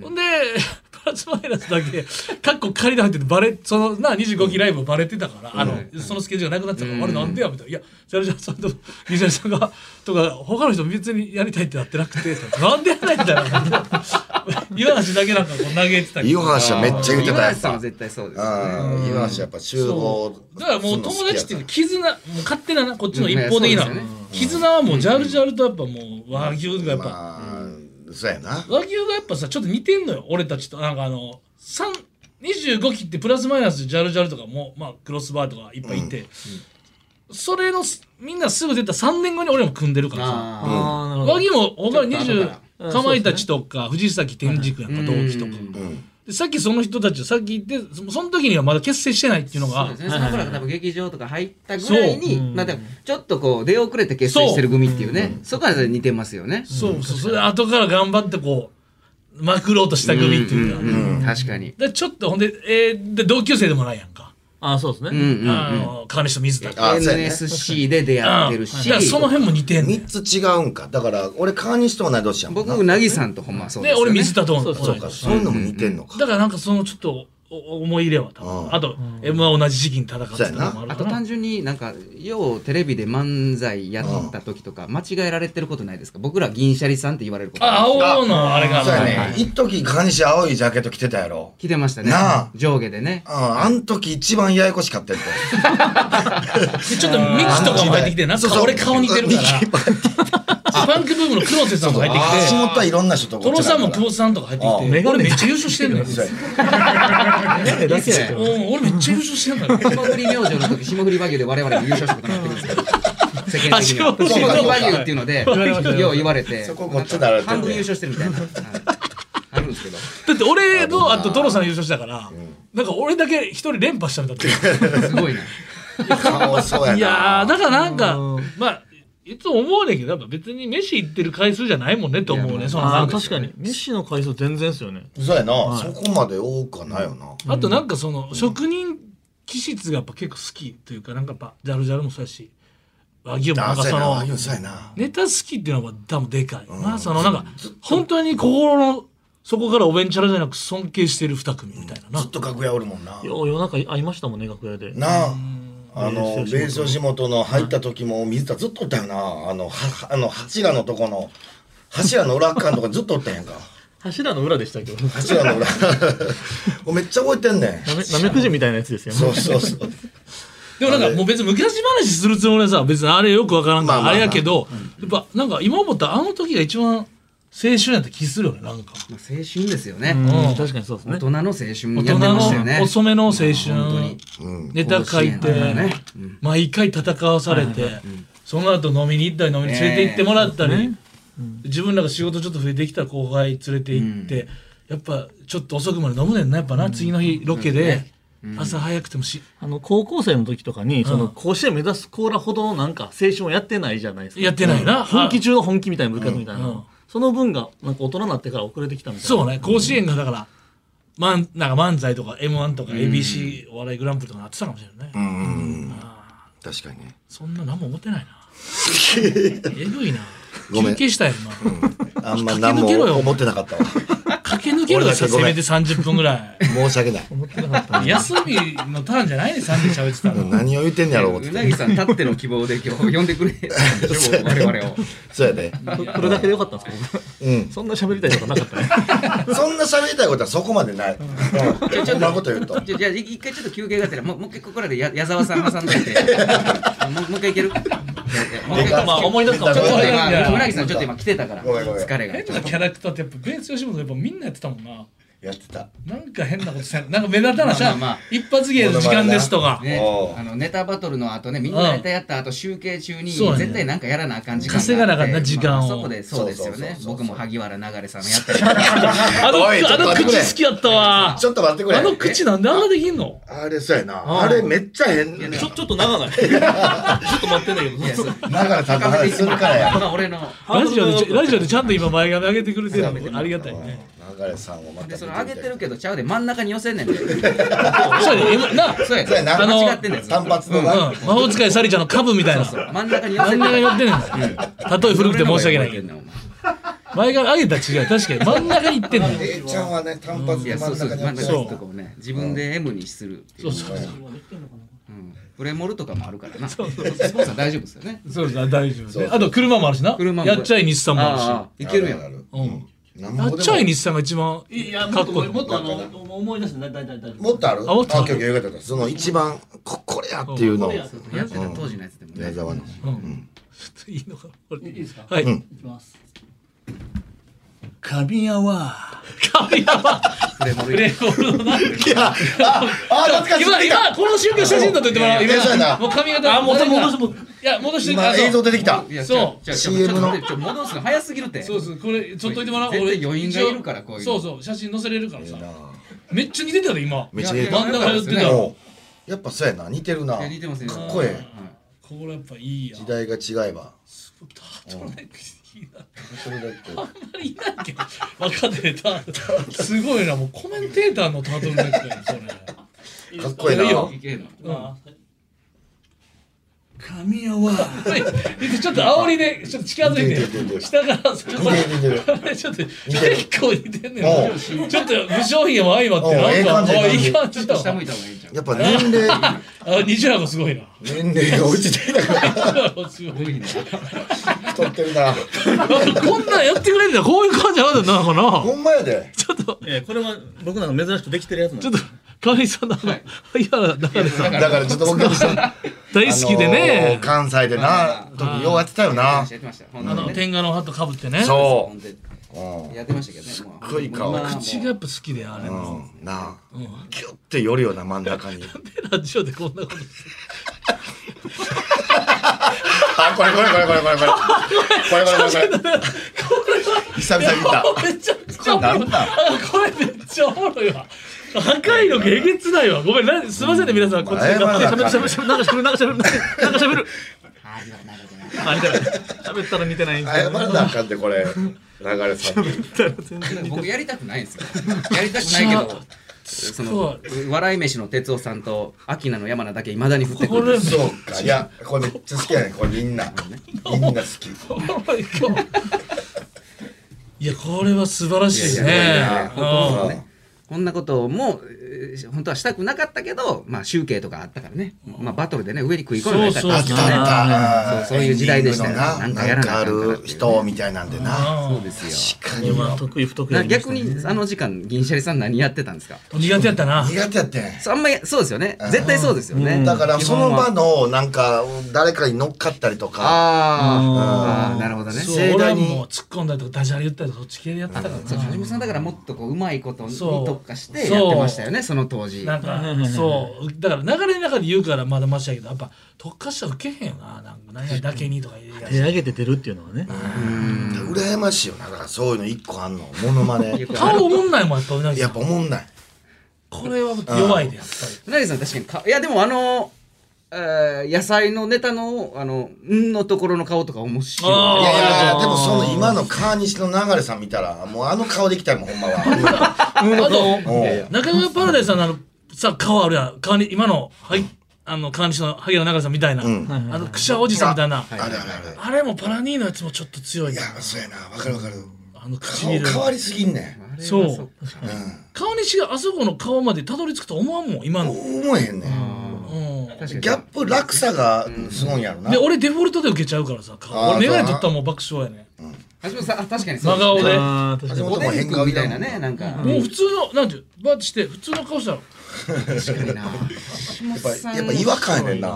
[SPEAKER 2] うん
[SPEAKER 3] ほんで *laughs* プラスマイナスだけカッコ仮で入っててバレそのな25期ライブバレてたからあのそのスケジュールがなくなってたからあれなんでやみたいないやジャルジャルさんとミシャルさんがとか他の人別にやりたいってなってなくてなんでやらないん *laughs* だろう岩橋だけなんかこう嘆いてたけ
[SPEAKER 4] 岩
[SPEAKER 3] ど
[SPEAKER 4] 橋はめっちゃ言ってた
[SPEAKER 2] 岩
[SPEAKER 4] や
[SPEAKER 2] 橋
[SPEAKER 4] つ
[SPEAKER 2] さんは
[SPEAKER 4] だ
[SPEAKER 2] 絶対そうですね
[SPEAKER 4] うん岩橋やっぱ集合
[SPEAKER 3] そうだからもう友達っていう
[SPEAKER 4] すんの好きや
[SPEAKER 3] のは絆もう勝手ななこっちの一方的な
[SPEAKER 2] うんねそうですよね
[SPEAKER 3] 絆はもうジャルジャルとやっぱもう和牛がやっ
[SPEAKER 4] か
[SPEAKER 3] ぱ
[SPEAKER 4] らまあそうやな
[SPEAKER 3] 和牛がやっぱさちょっと似てんのよ俺たちとなんかあの三25期ってプラスマイナスジャルジャルとかも、まあ、クロスバーとかいっぱいいて、それのすみんなすぐ出た3年後に俺も組んでるからさ
[SPEAKER 2] あ
[SPEAKER 5] ああ、なるほど
[SPEAKER 3] 和。木も他に
[SPEAKER 2] ちょ
[SPEAKER 3] 20
[SPEAKER 2] っと後か
[SPEAKER 5] うん
[SPEAKER 3] かまいたちとか藤崎天竺やんか同期とか
[SPEAKER 2] うん
[SPEAKER 3] でさっきその人たちさっき言ってそその時にはまだ結成してないっていうの
[SPEAKER 2] あそ
[SPEAKER 3] が
[SPEAKER 2] うですねその頃は多分劇場とか入ったぐらいにまあでもちょっとこう出遅れて結成してる組っていうねそこは似てますよね
[SPEAKER 3] そうそうそれで後から頑張ってこうまくろうとした組っていうか
[SPEAKER 2] うん確かに
[SPEAKER 3] でちょっとほんで,、えーで同級生でもないやんか、
[SPEAKER 5] ああ、そうですね。
[SPEAKER 2] うんうん
[SPEAKER 3] あの川西と水田うんだか
[SPEAKER 4] あそうやね
[SPEAKER 2] NSC で出会ってるし
[SPEAKER 3] らその辺も似てんねん
[SPEAKER 4] 三つ違うんか。だから、俺、川西と同い年やもんな。
[SPEAKER 2] 僕なぎさんとほんまそうで
[SPEAKER 3] です
[SPEAKER 2] よ
[SPEAKER 3] 俺
[SPEAKER 2] ね
[SPEAKER 3] 水田と
[SPEAKER 5] そうそう
[SPEAKER 4] そうか、そういうのも似てんのか。
[SPEAKER 3] だからなんかそのちょっとおお思い入れは多
[SPEAKER 4] う
[SPEAKER 3] 分
[SPEAKER 4] ん
[SPEAKER 3] あと m は同じ時期に戦ってたのもあるか
[SPEAKER 2] あと
[SPEAKER 3] ら
[SPEAKER 2] 単純になんかようテレビで漫才やった時とか間違えられてることないですか僕ら銀シャリさんって言われること
[SPEAKER 3] あ
[SPEAKER 2] あ
[SPEAKER 3] 青のあれがあ
[SPEAKER 4] そうや
[SPEAKER 3] る
[SPEAKER 4] ね。一時川西青いジャケット着てたやろ。
[SPEAKER 2] 来てましたね
[SPEAKER 4] なあ
[SPEAKER 2] 上下でね
[SPEAKER 4] ああん時一番ややこしかったやつ。
[SPEAKER 3] でちょっとミキとかも入ってきてな
[SPEAKER 4] そうそう
[SPEAKER 3] 俺顔似てるか
[SPEAKER 4] ミキ
[SPEAKER 3] らパンクブームの黒瀬さんも入ってき
[SPEAKER 4] 橋
[SPEAKER 3] て
[SPEAKER 4] 本はいろんな人と
[SPEAKER 3] トロさんも久
[SPEAKER 4] こ
[SPEAKER 3] 保
[SPEAKER 4] っち
[SPEAKER 3] さんとか入ってき
[SPEAKER 4] あ
[SPEAKER 3] て俺めっちゃ優勝してんのよ
[SPEAKER 4] だから
[SPEAKER 5] え、だけ
[SPEAKER 3] うん俺めっちゃ優勝してんのよ
[SPEAKER 2] 霜降り明星の時霜降り和牛で我々も優勝したことになってるんですけど世間的には
[SPEAKER 5] あそう
[SPEAKER 2] 霜降り和牛っていうのでよう言われて
[SPEAKER 4] そここっちだら
[SPEAKER 2] 半分優勝してるみたいなはいあるんですけど
[SPEAKER 3] だって俺のあとトロさん優勝したからなんか俺だけ一人連覇したみたいになってる
[SPEAKER 2] すごいな
[SPEAKER 4] 顔そうやな。
[SPEAKER 3] いやーだからなんかまあいつも思うねんけどやっぱ別に飯行ってる回数じゃないもんねって思うねその
[SPEAKER 5] あ
[SPEAKER 3] な
[SPEAKER 5] あ、
[SPEAKER 3] んか
[SPEAKER 5] 確かに。メッシの回数全然ですよね。
[SPEAKER 4] そうやな、そこまで多くはないよな。
[SPEAKER 3] あとなんかその職人気質がやっぱ結構好きというかなんかやっぱジャルジャルもそうやし和牛もなん
[SPEAKER 4] あ、
[SPEAKER 3] か
[SPEAKER 4] そう
[SPEAKER 3] そ
[SPEAKER 4] やな。
[SPEAKER 3] の
[SPEAKER 4] ああいうのそうやな。
[SPEAKER 3] ネタ好きっていうのは多分でかいな、そのなんか本当に心の底からおべんちゃらじゃなく尊敬してる二組みたいなな、
[SPEAKER 4] ずっと楽屋おるもんな。
[SPEAKER 5] よう夜中会いましたもんね、楽屋で。
[SPEAKER 4] なあ。あの、ベ
[SPEAKER 5] ベー
[SPEAKER 4] ー
[SPEAKER 5] ス
[SPEAKER 4] ス
[SPEAKER 5] 吉本
[SPEAKER 4] 吉本の入った時も、水田ずっとおったよな。あの、は、あの、柱のとこの、柱の裏っかのとこにずっとおったんやんか。
[SPEAKER 5] 柱の裏でした *laughs* っけど。な
[SPEAKER 4] 柱
[SPEAKER 3] *laughs*
[SPEAKER 4] の裏。もうめっちゃ覚えてんねん。
[SPEAKER 5] め、なめくじみたいなやつですよね。
[SPEAKER 4] そうそうそう。
[SPEAKER 3] でもなんかもう別に昔話するつもりはさ別にあれよくわからんから、
[SPEAKER 4] まあまあまあ
[SPEAKER 3] あれやけど、やっぱなんか今思ったらあの時が一番青春やった気するよねなんか
[SPEAKER 2] まあ青春ですよね
[SPEAKER 5] うん、確かにそうです
[SPEAKER 2] 大
[SPEAKER 5] ね
[SPEAKER 2] 人。の青春やって
[SPEAKER 3] 大人
[SPEAKER 2] ましたよね
[SPEAKER 3] の遅めの青春、
[SPEAKER 2] 本
[SPEAKER 3] ネタ書い
[SPEAKER 2] 甲子園
[SPEAKER 3] て、
[SPEAKER 2] とかね
[SPEAKER 3] 毎回戦わされて、その後飲みに行ったり飲みに連れて行ってもらったり、自分らが仕事ちょっと増えてきた後輩連れて行って、やっぱちょっと遅くまで飲むねんなやっぱな、次の日ロケで、朝早くてもし
[SPEAKER 5] あの、高校生の時とかに、その、甲子園目指すコーラほどのなんか、青春をやってないじゃないですか。
[SPEAKER 3] やってないな、
[SPEAKER 5] 本気
[SPEAKER 3] あ
[SPEAKER 5] 中の本気みたいな部活みたい
[SPEAKER 3] うん
[SPEAKER 5] な。その分が、なんか大人になってから遅れてきたみたいな。
[SPEAKER 3] そうね甲子園がだから,、まん、なんか漫才とか m 1とか ABC お笑いグランプリとかなってたかもしれないね、
[SPEAKER 4] 確かにね。
[SPEAKER 3] そんな何も思ってないなえぐいな
[SPEAKER 4] ごめん
[SPEAKER 3] 休憩したよ今、
[SPEAKER 4] あんま何も思ってなかったわ。
[SPEAKER 3] 駆け抜けるがさ
[SPEAKER 4] 俺だけご
[SPEAKER 3] せ
[SPEAKER 4] め
[SPEAKER 3] め
[SPEAKER 4] ん
[SPEAKER 3] て30分ぐらい
[SPEAKER 4] 申し訳ない。
[SPEAKER 3] 休みのターンじゃないね3人喋ってたの
[SPEAKER 4] 何を言ってんねやろ、思っ
[SPEAKER 2] 当
[SPEAKER 4] て
[SPEAKER 2] にう
[SPEAKER 4] た
[SPEAKER 2] なぎさんたっての希望で今日呼んで *laughs* くれたんでしょ我々を
[SPEAKER 4] そうやで。
[SPEAKER 5] ここれだけでよかったんですか僕
[SPEAKER 4] うん。
[SPEAKER 5] そんな喋りたいことなかったね。
[SPEAKER 4] そんな喋りたいことはそこまでない。うん。そんなこと言うと。
[SPEAKER 2] じゃあじゃあ一回ちょっと休憩がてらもうもう一回ここらでや矢沢さん挟ん
[SPEAKER 4] *laughs*
[SPEAKER 2] どいてもうもう一回いけるいやいやもう一回
[SPEAKER 5] まあ思い出すか
[SPEAKER 2] ちょっと
[SPEAKER 5] も。
[SPEAKER 2] 今うなぎさんちょっと今来てたから
[SPEAKER 4] ごめんごめん
[SPEAKER 2] 疲れが
[SPEAKER 3] 変なキャラクターってやっぱベース吉本やっぱみんなやってたもんな
[SPEAKER 4] やってた。
[SPEAKER 3] なんか変なことせんなんか目立たなさ、
[SPEAKER 2] まあまあまあ
[SPEAKER 3] 一発芸の時間ですとか
[SPEAKER 2] ね
[SPEAKER 4] お、う
[SPEAKER 2] あのネタバトルの後ねみんなネタやった後集計中に
[SPEAKER 3] そうやね
[SPEAKER 2] 絶対なんかやらなあかん時間があって
[SPEAKER 3] 稼がなあかんな時間を
[SPEAKER 2] まあそこでそうですよ
[SPEAKER 4] そうそう
[SPEAKER 2] ね
[SPEAKER 4] そうそう
[SPEAKER 2] 僕も萩原流さんのやったりと
[SPEAKER 4] *laughs*
[SPEAKER 2] か
[SPEAKER 3] あの
[SPEAKER 4] おいちょ
[SPEAKER 3] あ
[SPEAKER 4] っと
[SPEAKER 3] の
[SPEAKER 4] 待ってくれ
[SPEAKER 3] 口好きやったわ
[SPEAKER 4] ちょっと待ってくれ。
[SPEAKER 3] あの口なんであんなできんの
[SPEAKER 4] あれそうやな。あれめっちゃ変な。
[SPEAKER 5] ちょ、ちょっと
[SPEAKER 4] *laughs*
[SPEAKER 5] 長ない。ちょっと待ってんだけど。
[SPEAKER 2] いやそう
[SPEAKER 4] だから高めてするからや。
[SPEAKER 2] *laughs* まあ俺の
[SPEAKER 3] ラジオでちょラジオでちゃんと今前髪上げてくれてるのありがたいね
[SPEAKER 4] 流れさんをまた見
[SPEAKER 2] で
[SPEAKER 4] み
[SPEAKER 2] そ
[SPEAKER 4] たい
[SPEAKER 2] の上げてるけどちゃうで真ん中に
[SPEAKER 4] *laughs*
[SPEAKER 2] 寄せんねんでそう
[SPEAKER 3] そうやね M- な
[SPEAKER 2] や
[SPEAKER 4] そうやな
[SPEAKER 2] な間違ってんねん
[SPEAKER 4] 単発の
[SPEAKER 3] うん、
[SPEAKER 4] な
[SPEAKER 3] 魔法使いサリちゃんの株みたいな
[SPEAKER 2] 真ん中に寄
[SPEAKER 3] 真
[SPEAKER 2] せ
[SPEAKER 3] ん
[SPEAKER 2] んね
[SPEAKER 3] 中
[SPEAKER 2] ん
[SPEAKER 3] に寄ってんねんな例え古くて申し訳ないけど前髪上げたら違う確かに真ん中に行ってんねん
[SPEAKER 4] A ちゃんはね、単発
[SPEAKER 2] い
[SPEAKER 4] で
[SPEAKER 2] や
[SPEAKER 4] 真
[SPEAKER 2] そうんそう
[SPEAKER 4] 中に
[SPEAKER 2] 真
[SPEAKER 4] や
[SPEAKER 2] ん
[SPEAKER 4] っ
[SPEAKER 2] 中に
[SPEAKER 4] て
[SPEAKER 2] 寄
[SPEAKER 4] る
[SPEAKER 2] せとかもね自分で M にするっていう
[SPEAKER 3] そうそう
[SPEAKER 2] うんプレモルとかもあるからなスポンサー大丈夫ですよね
[SPEAKER 3] そうです大丈夫ですあと車もあるしな
[SPEAKER 2] 車も
[SPEAKER 3] やっちゃい日産もあるし
[SPEAKER 2] ああいけるやん
[SPEAKER 4] ある
[SPEAKER 3] うん
[SPEAKER 4] なん
[SPEAKER 3] や
[SPEAKER 4] ぼで
[SPEAKER 3] っ
[SPEAKER 4] も
[SPEAKER 3] ちゃい日産が一番
[SPEAKER 7] いや、も
[SPEAKER 3] か
[SPEAKER 7] っ
[SPEAKER 3] っこいい
[SPEAKER 7] と、もっと、あの、思い出して、だいたい、だいたい。
[SPEAKER 4] もっとある
[SPEAKER 3] あもっとある
[SPEAKER 4] あ今日よかったその一番、こ、これやっていうのを。
[SPEAKER 2] やってた当時のやつでもね
[SPEAKER 4] 矢沢の。
[SPEAKER 3] *laughs* いいのかこれ
[SPEAKER 7] いいですか。
[SPEAKER 3] はい
[SPEAKER 7] いきます。
[SPEAKER 6] 神谷は
[SPEAKER 3] *laughs* 神山
[SPEAKER 2] プレモ
[SPEAKER 3] プ
[SPEAKER 2] ル
[SPEAKER 3] レーボールのな。
[SPEAKER 4] いや、あ、あ、懐かしい。
[SPEAKER 3] 今、今、この瞬間写真だと言ってもらう。
[SPEAKER 4] いやいやそうやな
[SPEAKER 3] 今、もう髪型。あ、戻戻して、いや、戻して。
[SPEAKER 4] 今
[SPEAKER 3] あそう
[SPEAKER 4] 映像出てきた。
[SPEAKER 2] いや
[SPEAKER 3] そう
[SPEAKER 2] ちょちょ
[SPEAKER 4] CM の
[SPEAKER 2] ちょちょ戻すの早すぎるって
[SPEAKER 3] そうそう、これ、ちょっといてもらおう。
[SPEAKER 2] 絶対
[SPEAKER 3] 俺
[SPEAKER 2] 余韻がいるからこういうの
[SPEAKER 3] そうそう、写真載せれるからさ。めっちゃ似てたで、今。
[SPEAKER 4] めっちゃ似て
[SPEAKER 3] 真ん
[SPEAKER 2] た
[SPEAKER 3] 中寄って
[SPEAKER 2] い
[SPEAKER 3] た。
[SPEAKER 2] や
[SPEAKER 3] こ
[SPEAKER 4] もうやっぱそうやな、似てるな。
[SPEAKER 2] いや似てますね
[SPEAKER 4] かっこええ。
[SPEAKER 3] れやっぱいいや。
[SPEAKER 4] 時代が違えば。
[SPEAKER 3] タートルネック好きだ
[SPEAKER 4] それだって。
[SPEAKER 3] あんまり *laughs* いないけど、若手タートルすごいな、もうコメンテーターのタートルネックやん、それ。
[SPEAKER 4] かっこええな。
[SPEAKER 3] いいよ
[SPEAKER 2] いけんの
[SPEAKER 6] 神谷は
[SPEAKER 3] はいちょっと煽りで、ちょっと近づ
[SPEAKER 4] 似てる似
[SPEAKER 3] い
[SPEAKER 4] て
[SPEAKER 3] て、
[SPEAKER 4] る
[SPEAKER 3] 下から、そこ
[SPEAKER 4] 似てる似てる
[SPEAKER 3] あれちょっと、
[SPEAKER 4] 似てる
[SPEAKER 3] 結構似てんね。
[SPEAKER 4] おうん
[SPEAKER 3] ちょっと、無商品も相まって、
[SPEAKER 4] おうええ
[SPEAKER 3] なん
[SPEAKER 4] 感じ
[SPEAKER 3] か、おいい
[SPEAKER 4] ええ
[SPEAKER 3] い感
[SPEAKER 2] ちょ
[SPEAKER 3] じだ
[SPEAKER 2] っと
[SPEAKER 3] わ。
[SPEAKER 2] 下向いた方がいいんちゃう
[SPEAKER 4] やっぱ年齢、
[SPEAKER 3] あ、西原もすごいな。
[SPEAKER 4] 年齢が落ちてるか
[SPEAKER 3] 西原もすごい。
[SPEAKER 4] ら太ってるな。
[SPEAKER 3] なんかこんなんやってくれるんだこういう感じあるんだな、かな。
[SPEAKER 4] *laughs* ほんまやで。
[SPEAKER 5] えーこれは僕なんか珍しくできてるやつなんで
[SPEAKER 3] ちょっと、川西さんの、いや、だからさ、
[SPEAKER 4] だからちょっと僕大
[SPEAKER 3] 大好きでね。
[SPEAKER 4] 関西でな、時ようやってたよ
[SPEAKER 2] や
[SPEAKER 4] な。
[SPEAKER 2] ってましたほん
[SPEAKER 3] あの、
[SPEAKER 2] とにね
[SPEAKER 3] 天下のハットかぶってね。
[SPEAKER 4] そ
[SPEAKER 2] ほんとに
[SPEAKER 4] う。うん。
[SPEAKER 2] やってましたけどねすっ
[SPEAKER 4] ごい顔
[SPEAKER 3] 口がやっぱ好きで、あれ。
[SPEAKER 4] うん。なあ。ギュッて寄るような真ん中に。
[SPEAKER 3] ラジオでこんなことする。
[SPEAKER 4] あ、これこれこれこれこれこれ。これこれこれこれ。久々に見た。
[SPEAKER 3] めちゃくちゃおも
[SPEAKER 4] な
[SPEAKER 3] ろい
[SPEAKER 4] ん。だ
[SPEAKER 3] あこれめっちゃおもろいわ。破壊力えげつないわ。ごめん、なすいませんね、皆さん。こっちで
[SPEAKER 4] まあ謝らなあ
[SPEAKER 5] し
[SPEAKER 4] か
[SPEAKER 5] ゃ
[SPEAKER 4] ん
[SPEAKER 5] べ
[SPEAKER 4] ね
[SPEAKER 5] しゃべなんかしゃべるなんかしゃべるなんかしゃべるあ似てない喋ったら似てないんです
[SPEAKER 4] 謝
[SPEAKER 5] よ
[SPEAKER 4] らなあかんで、これ。流れさんに。
[SPEAKER 2] 僕やりたくないんですよやりたくないけどその笑い飯の哲夫さんと秋名の山名だけいまだに振ってく
[SPEAKER 3] これめ
[SPEAKER 2] るんで
[SPEAKER 3] っ
[SPEAKER 2] す
[SPEAKER 3] ち
[SPEAKER 4] そうか。いや、これめっちゃ好きやねん。これみんな。みんな好き。
[SPEAKER 3] ゃおもろいわ。いや、これは素晴らしいです
[SPEAKER 2] いやい
[SPEAKER 3] ね
[SPEAKER 2] やいや。
[SPEAKER 3] うん
[SPEAKER 4] うん
[SPEAKER 2] こんなこともえー本当はしたくなかったけどまあ集計とかあったからねまあバトルでね上に食い込んでた
[SPEAKER 3] そう
[SPEAKER 4] あ
[SPEAKER 2] ら
[SPEAKER 4] っ
[SPEAKER 3] そ
[SPEAKER 4] た
[SPEAKER 3] う
[SPEAKER 4] あった。
[SPEAKER 2] そうそういう時代でしたよ
[SPEAKER 4] エンディングのな
[SPEAKER 2] なんかや
[SPEAKER 4] な
[SPEAKER 2] ら
[SPEAKER 4] ん
[SPEAKER 2] な
[SPEAKER 4] か
[SPEAKER 2] あ
[SPEAKER 4] あ
[SPEAKER 2] かんから
[SPEAKER 4] る人みたいなんでな。
[SPEAKER 2] そうですよ
[SPEAKER 4] 確かに。
[SPEAKER 5] 今得意不得意あ
[SPEAKER 2] な
[SPEAKER 5] りました
[SPEAKER 2] 逆
[SPEAKER 5] ね
[SPEAKER 2] にあの時間銀シャリさん何やってたんですか
[SPEAKER 3] 苦手やったな。
[SPEAKER 4] 苦手やってん。
[SPEAKER 2] そうあんまりそうですよね絶対そうですよね
[SPEAKER 4] だから
[SPEAKER 2] 基
[SPEAKER 4] そ
[SPEAKER 2] 本は
[SPEAKER 4] の場のなんか誰かに乗っかったりとか
[SPEAKER 2] あーあーなるほどね
[SPEAKER 3] そう、
[SPEAKER 4] 盛
[SPEAKER 3] 俺は
[SPEAKER 4] 大に
[SPEAKER 3] もう突っ込んだりとか、ダジャレ言ったりとか、そっち系でやってたから
[SPEAKER 2] そう橋
[SPEAKER 3] な。
[SPEAKER 2] 本さんだからもっとこううまいことに
[SPEAKER 3] そう
[SPEAKER 2] 特化してやってましたよねその当時
[SPEAKER 3] なんか、そう、だから流れの中で言うからまだマシやけど、やっぱ、特化したら受けへんよな。なんか、何やだけにとか言い出して
[SPEAKER 5] 手上げて出るっていうのはね
[SPEAKER 4] 羨ましいよなだからそういうの一個あんのモノマネ
[SPEAKER 3] 顔おもんないもんやっぱうなぎさ
[SPEAKER 4] や
[SPEAKER 3] ん
[SPEAKER 4] っぱ思んない
[SPEAKER 3] これは弱いでやっぱり
[SPEAKER 2] うなぎさん確かにかいやでもあのえー野菜のネタのあの「ん」のところの顔とか面白い
[SPEAKER 3] あー
[SPEAKER 4] いやいやいやでもそ
[SPEAKER 3] あ
[SPEAKER 4] の今の川西の流れさん見たらもうあの顔でき *laughs* たいもんほんまは
[SPEAKER 3] あと
[SPEAKER 4] もう
[SPEAKER 3] 中川パラダイスさんのあのさ顔あるやん川に今のはいあの川西の萩原流さんみたいな、
[SPEAKER 4] うん
[SPEAKER 3] あのくしゃおじさんみたいな、
[SPEAKER 4] あれあれあれ
[SPEAKER 3] あれもパラニーのやつもちょっと強い
[SPEAKER 4] い
[SPEAKER 3] な
[SPEAKER 4] やそうやなわかるわかる
[SPEAKER 3] あの
[SPEAKER 4] 顔
[SPEAKER 3] 唇
[SPEAKER 4] 変わりすぎんね
[SPEAKER 3] そう
[SPEAKER 4] うん
[SPEAKER 3] 川西があそこの顔までたどり着くと思わんもん今の、
[SPEAKER 4] 思えへんねん
[SPEAKER 3] うん、
[SPEAKER 2] 確
[SPEAKER 4] ギャップ落差がすごいんやろな
[SPEAKER 3] で俺デフォルトで受けちゃうからさ顔
[SPEAKER 4] あー
[SPEAKER 3] 俺眼
[SPEAKER 4] そうや
[SPEAKER 3] 鏡
[SPEAKER 4] な
[SPEAKER 3] 取ったらもう爆笑やね
[SPEAKER 2] 橋本さんあ確かに
[SPEAKER 3] 真顔で
[SPEAKER 5] あー確か
[SPEAKER 4] 橋
[SPEAKER 5] に
[SPEAKER 2] お
[SPEAKER 4] 本も
[SPEAKER 2] で
[SPEAKER 4] 変
[SPEAKER 2] んく
[SPEAKER 4] 顔
[SPEAKER 2] んみ
[SPEAKER 4] み
[SPEAKER 2] た
[SPEAKER 4] たい
[SPEAKER 2] いな
[SPEAKER 4] な
[SPEAKER 2] ね
[SPEAKER 4] ね
[SPEAKER 2] なんか
[SPEAKER 3] もう普通のなんていうバーってして普通の顔したら
[SPEAKER 2] 確かにな橋本
[SPEAKER 4] やっ
[SPEAKER 2] さ
[SPEAKER 4] ぱ
[SPEAKER 2] ん
[SPEAKER 4] やっぱ違和感やねんな
[SPEAKER 2] 橋